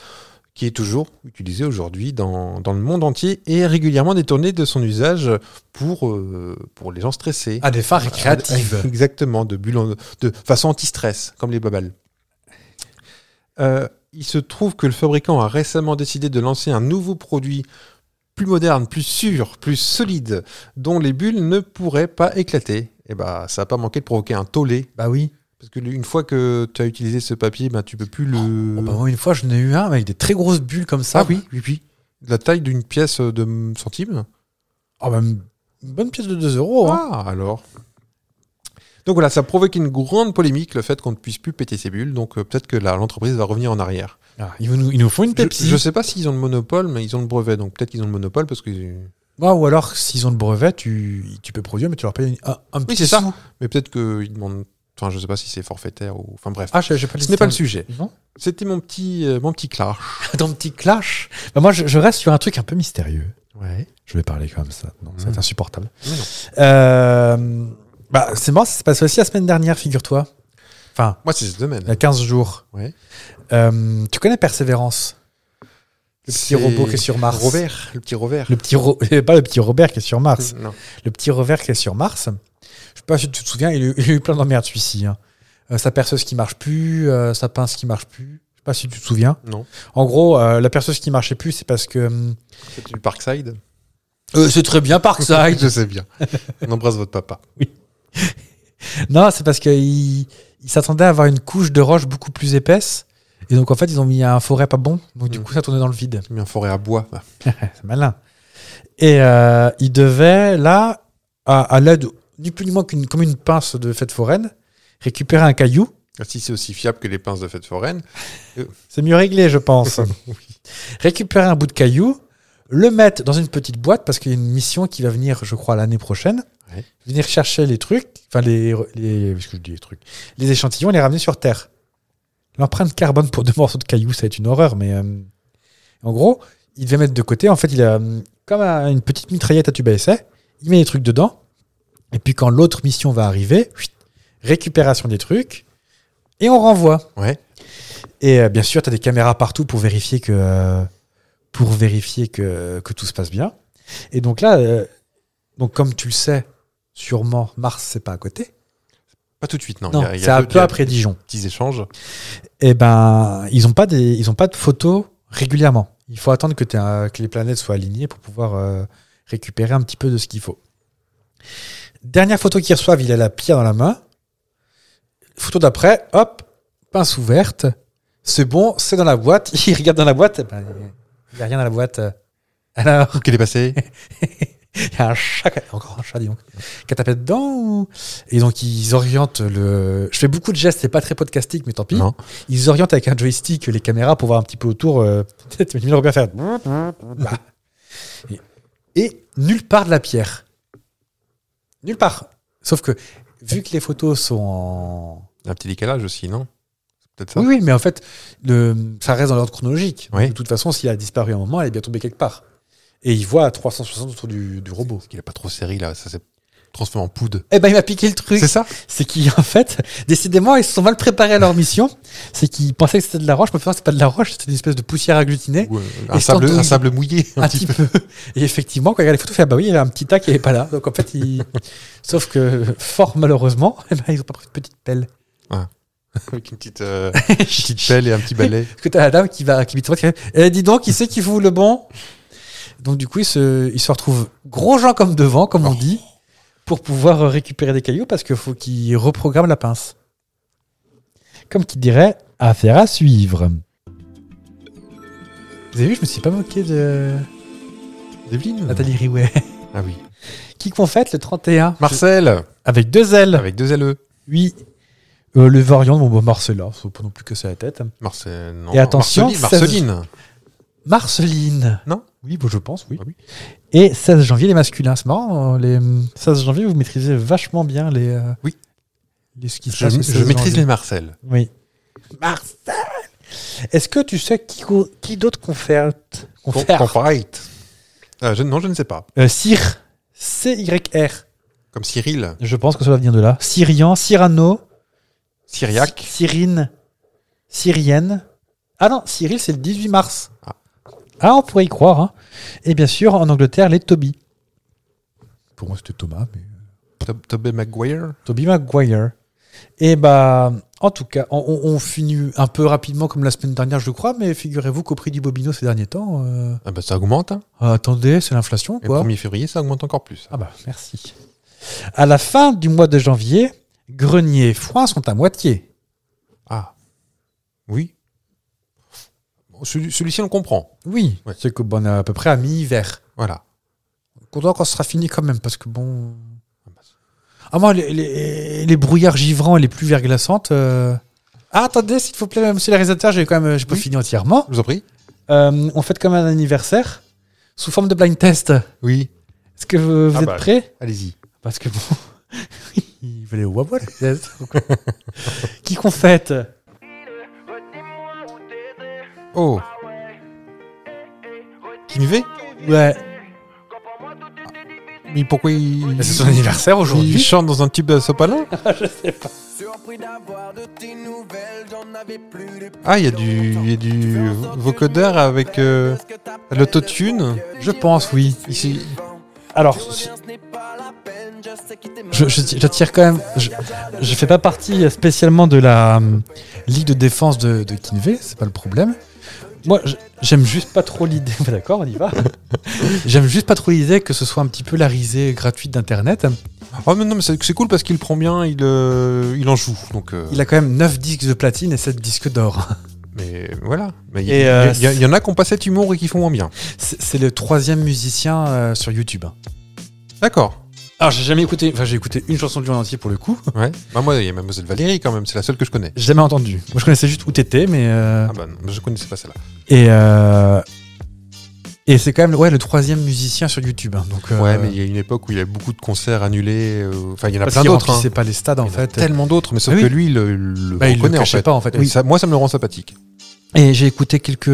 S3: qui est toujours utilisé aujourd'hui dans, dans le monde entier et est régulièrement détourné de son usage pour, euh, pour les gens stressés.
S2: À Ah, des fins récréatives.
S3: Ah, Exactement, de, bulles en- de façon anti-stress, comme les babales. Euh, il se trouve que le fabricant a récemment décidé de lancer un nouveau produit plus moderne, plus sûr, plus solide, dont les bulles ne pourraient pas éclater. Et bah, ça n'a pas manqué de provoquer un tollé
S2: bah oui.
S3: parce que une fois que tu as utilisé ce papier, ben, tu peux plus le.
S2: Oh, bah, moi, une fois, j'en ai eu un avec des très grosses bulles comme ça.
S3: ah oui, oui, oui. De La taille d'une pièce de m- centimes.
S2: Oh, bah, une bonne pièce de 2 euros. hein.
S3: Ah, alors. Donc voilà, ça provoque une grande polémique le fait qu'on ne puisse plus péter ses bulles. Donc euh, peut-être que la- l'entreprise va revenir en arrière.
S2: Ah, ils, nous, ils nous font une
S3: Je,
S2: Pepsi.
S3: je sais pas s'ils ont le monopole, mais ils ont le brevet. Donc peut-être qu'ils ont le monopole parce que.
S2: Ouais, Bah, ou alors, s'ils ont le brevet, tu, tu peux produire, mais tu leur payes un, un petit
S3: c'est ça.
S2: sou.
S3: Mais peut-être qu'ils demandent. Enfin, je sais pas si c'est forfaitaire ou. Enfin bref.
S2: Ah, je- j'ai pas
S3: ce n'est pas le
S2: sujet.
S3: sujet. C'était mon petit, euh, mon petit clash.
S2: Dans petit clash. Bah, moi, je, je reste sur un truc un peu mystérieux.
S3: Ouais.
S2: Je vais parler comme ça. Non, ça va être
S3: Mhm.
S2: insupportable.
S3: Mais non.
S2: Euh, bah, c'est marrant, ça s'est passé aussi la semaine dernière, figure-toi. Enfin,
S3: Moi, c'est ce domaine.
S2: il y a 15 jours.
S3: Ouais.
S2: Euh, tu connais Persévérance Le petit
S3: C'est
S2: robot qui est sur Mars.
S3: Robert, le petit Robert.
S2: Le petit Ro- pas le petit Robert qui est sur Mars.
S3: Non.
S2: Le petit Robert qui est sur Mars. Je sais pas si tu te souviens, il a eu- il a eu plein d'emmerdes celui-ci. hein. Euh, sa perceuse qui marche plus, euh, sa pince qui marche plus. Je sais pas si tu te souviens.
S3: Non.
S2: En gros, euh, la perceuse qui marchait plus, c'est parce que. hum,
S3: C'est du Parkside. Ah,
S2: euh, c'est très bien Parkside.
S3: Je sais bien. On embrasse votre papa.
S2: Non, c'est parce qu'ils s'attendaient à avoir une couche de roche beaucoup plus épaisse. Et donc, en fait, ils ont mis un forêt pas bon. Donc, du
S3: Mm.
S2: coup, ça tournait dans le vide.
S3: J'ai mis en forêt à bois. Ah,
S2: C'est malin. Et euh, ils devaient, là, à, à l'aide, ni plus ni moins qu'une comme une pince de fête foraine, récupérer un caillou.
S3: Si c'est aussi fiable que les pinces de fête foraine.
S2: C'est mieux réglé, je pense. récupérer un bout de caillou, le mettre dans une petite boîte, parce qu'il y a une mission qui va venir, je crois, l'année prochaine.
S3: Ouais.
S2: Venir chercher les trucs, enfin, les, les, qu'est-ce que je dis, les trucs, les échantillons et les ramener sur Terre. L'empreinte carbone pour deux morceaux de caillou, ça va être une horreur, mais euh, en gros, il devait mettre de côté. En fait, il a euh, comme un- une petite mitraillette à tube à essai. Il met les trucs dedans, et puis quand l'autre mission va arriver, chuit, récupération des trucs, et on renvoie.
S3: Ouais.
S2: Et euh, bien sûr, tu as des caméras partout pour vérifier que euh, pour vérifier que, que tout se passe bien. Et donc là, euh, donc comme tu le sais, sûrement Mars c'est pas à côté.
S3: Pas tout de suite, non.
S2: Non,
S3: Il y a- il y a
S2: c'est un
S3: deux- il
S2: peu
S3: y a
S2: après Dijon.
S3: des Petits échanges.
S2: Et ben, ils ont pas des, ils ont pas de photos régulièrement. Il faut attendre que, t'aies un- que les planètes soient alignées pour pouvoir euh, récupérer un petit peu de ce qu'il faut. Dernière photo qu'ils reçoivent, il a la pierre dans la main. Photo d'après, hop, pince ouverte. C'est bon, c'est dans la boîte. Il regarde dans la boîte. eh ben, il n'y a rien dans la boîte. Alors,
S3: Qu'est-ce est passé
S2: il y a un chat, qui a- encore un chat, dis donc, qui a tapé dedans. ou- Et donc, ils orientent le. Je fais beaucoup de gestes, c'est pas très podcastique, mais tant pis.
S3: Non.
S2: Ils orientent avec un joystick les caméras pour voir un petit peu autour. euh, Peut-être, mais ils bien faire. Bah. Et, et nulle part de la pierre. Nulle part. Sauf que, vu que les photos sont en.
S3: Un petit décalage aussi, non C'est peut-être ça.
S2: Oui, oui, mais en fait, le, ça reste dans l'ordre chronologique.
S3: Oui.
S2: De toute façon, s'il a disparu à un moment, elle est bien tombée quelque part. Et il voit à 360 autour du, du robot.
S3: Parce qu'il est pas trop serré, là. Ça s'est transformé en poudre.
S2: Eh ben, il m'a piqué le truc.
S3: C'est ça
S2: C'est qu'en fait, décidément, ils se sont mal préparés à leur mission. C'est qu'ils pensaient que c'était de la roche, mais finalement, c'est pas de la roche, c'était une espèce de poussière agglutinée.
S3: Ou, euh,
S2: Et
S3: un, sable,
S2: sans doute.
S3: un sable mouillé.
S2: Un, petit peu. Et effectivement, quand il regarde les photos, il fait Ah bah oui, il y avait un petit tas qui n'est pas là. Donc en fait, il... sauf que fort malheureusement, eh ben, ils n'ont pas pris de petite pelle.
S3: Avec une petite, euh,
S2: petite
S3: petite pelle et un petit balai.
S2: Parce que t'as la dame qui va qui bite droite, qui fait, Eh, dis donc, qui c'est qui fout le bon Donc du coup, ils se, ils se retrouvent gros gens comme devant, comme on dit, pour pouvoir euh, récupérer des cailloux parce qu'il faut qu'ils reprogramment la pince. Comme qui dirait, affaire à suivre. Vous avez vu, je me suis pas moqué de
S3: Devine.
S2: Nathalie Riouet.
S3: Ah oui.
S2: Qui qu'on fête le 31
S3: Marcel,
S2: Avec deux ailes.
S3: avec deux E. LE.
S2: Oui. Euh, le variant, bon, bah, Marcella, faut pas non plus que ça la tête. hein.
S3: Marcel, non.
S2: Et attention,
S3: Marceline. Marceline.
S2: Marceline.
S3: Non
S2: Oui, bon, je pense, oui.
S3: Ah oui.
S2: Et 16 janvier, les masculins. C'est marrant, hein, les 16 janvier, vous maîtrisez vachement bien les. euh,
S3: Oui.
S2: Les ce qui se
S3: Je,
S2: passe le
S3: je
S2: 16
S3: maîtrise les
S2: janvier.
S3: Marcel.
S2: Oui. Marcel Est-ce que tu sais qui, co- qui d'autre qu'on fête qu'on
S3: Con-
S2: fête
S3: Confite. Euh, je- non, je ne sais pas.
S2: Euh, Cyr. C-Y-R.
S3: Comme Cyril,
S2: Je pense que ça va venir de là. Syrian, Cyrano,
S3: Syriac.
S2: Cyrine, Syrienne. Ah non, Cyril, c'est le 18 mars.
S3: Ah.
S2: Ah, on pourrait y croire. hein. Et bien sûr, en Angleterre, les Toby. Pour moi, c'était Thomas, mais.
S3: Tob- Tobey Maguire.
S2: Toby Maguire. Et bah, en tout cas, on, on- on finit un peu rapidement comme la semaine dernière, je crois, mais figurez-vous qu'au prix du Bobino ces derniers temps, euh,
S3: Ah bah, ça augmente. Hein.
S2: ah, attendez, c'est l'inflation,
S3: Et
S2: quoi.
S3: le 1er février, ça augmente encore plus.
S2: Ah bah, merci. À la fin du mois de janvier, grenier et foin sont à moitié.
S3: Ah. Oui. Bon, celui- Celui-ci, on le comprend.
S2: Oui,
S3: Ouais.
S2: c'est que bon, on est à peu près à mi-hiver.
S3: Voilà.
S2: Content quand ce sera fini quand même, parce que bon. Ah, moi, les, les- les brouillards givrants et les pluies verglaçantes. euh, Ah, attendez, s'il vous plaît, monsieur le réalisateur, j'ai quand même, j'ai pas
S3: Oui.
S2: fini entièrement.
S3: Je vous en prie.
S2: Euh, on fête comme un anniversaire sous forme de blind test.
S3: Oui.
S2: Est-ce que vous, vous
S3: Ah
S2: êtes
S3: bah.
S2: prêts
S3: Allez-y.
S2: Parce que bon, il veut aller au Wabwa, le test. Qui qu'on fête
S3: Oh. Kinvé
S2: Ouais.
S3: Mais pourquoi il.
S2: Mais C'est son anniversaire
S3: Il
S2: aujourd'hui.
S3: chante dans un type de sopalin
S7: Surpris d'avoir de tes nouvelles, j'en avais plus depuis.
S3: Ah, il y a du, il y a du vocodeur avec euh, l'autotune.
S2: Je pense, oui.
S3: Ici.
S2: Alors, je, je- j'attire quand même. Je, je fais pas partie spécialement de la euh, ligue de défense de, de Kinvey, c'est pas le problème. Moi, je- j'aime juste pas trop l'idée. Bah, D'accord, on y va. j'aime juste pas trop l'idée que ce soit un petit peu la risée gratuite d'Internet.
S3: Oh, mais non, mais c'est c'est cool parce qu'il prend bien, il, euh, il en joue. Donc, euh,
S2: Il a quand même 9 disques de platine et 7 disques d'or.
S3: Mais voilà. Mais il y,
S2: Et,
S3: il y a-
S2: euh,
S3: il y a- il y en a qui ont pas cet humour et qui font moins bien.
S2: C'est c'est le troisième musicien euh, sur YouTube.
S3: D'accord.
S2: Alors, j'ai jamais écouté. Enfin, j'ai écouté une chanson du en entier pour le coup.
S3: Ouais. Bah, moi, il y a Mademoiselle Valérie quand même, c'est la seule que je connais.
S2: J'ai jamais entendu. Moi, je connaissais juste Où t'étais, mais. euh,
S3: Ah bah non, je connaissais pas celle-là.
S2: Et, euh, et c'est quand même ouais, le troisième musicien sur YouTube. hein, donc, euh,
S3: Ouais, mais il y a une époque où il y a beaucoup de concerts annulés. euh, Enfin, il y en a
S2: parce
S3: plein
S2: qu'il
S3: d'autres. hein.
S2: remplissait pas les stades en
S3: Il y en a
S2: fait.
S3: tellement d'autres, mais sauf
S2: Ah oui.
S3: que lui, il le, le
S2: Bah, il
S3: reconnaît
S2: le
S3: en
S2: cachait
S3: fait.
S2: pas en fait.
S3: Et
S2: oui.
S3: ça- moi, ça me le rend sympathique.
S2: Et j'ai écouté quelques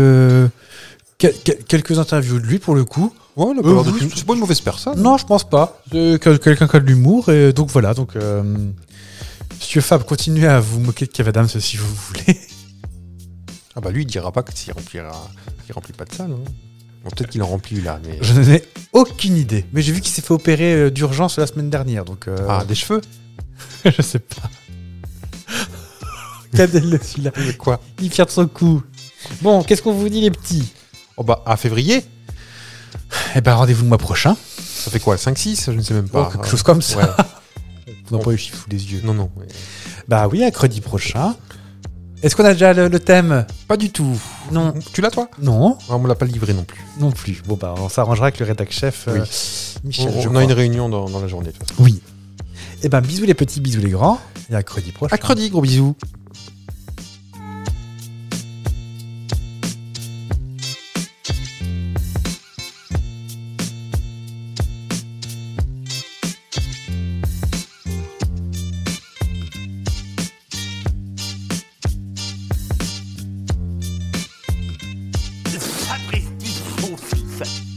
S2: quel- quel- quelques interviews de lui pour le coup.
S3: Ouais, il a pas
S2: Euh,
S3: l'air d'être
S2: oui,
S3: une- c'est pas une mauvaise personne.
S2: Non, je pense pas. C'est quel- quelqu'un qui a de l'humour et donc voilà. Donc euh, Monsieur Fab, continuez à vous moquer de Kev Adams si vous voulez.
S3: Ah bah lui, il dira pas que s'il remplira, qu'il remplit pas de salle. hein. Bon, peut-être qu'il en remplit là, mais.
S2: Je n'en ai aucune idée. Mais j'ai vu qu'il s'est fait opérer euh, d'urgence la semaine dernière. Donc euh,
S3: Ah, des cheveux
S2: je sais pas. Cadelle celui-là.
S3: Mais quoi
S2: Il perd son coup. Bon, qu'est-ce qu'on vous dit les petits
S3: Oh bah, à février
S2: Eh ben rendez-vous le mois prochain.
S3: Ça fait quoi 5-6 Je ne sais même
S2: Oh,
S3: pas. hein.
S2: quelque chose comme ça.
S3: Bah, Ouais.
S2: On n'a pas eu chiffre les yeux.
S3: Non, non. ouais.
S2: Bah oui, mercredi prochain. Est-ce qu'on a déjà le, le thème
S3: Pas du tout.
S2: Non.
S3: Tu l'as, toi
S2: Non,
S3: Ah, On l'a pas livré non plus.
S2: non plus. Bon bah on s'arrangera avec le rédac chef euh,
S3: Oui.
S2: Michel.
S3: On,
S2: je
S3: on
S2: crois.
S3: a une réunion dans, dans la journée. de toute façon.
S2: Oui. Eh ben bisous les petits, bisous les grands. Et à mercredi prochain.
S3: À mercredi, gros bisous.
S5: Fabrice Disfaux fils.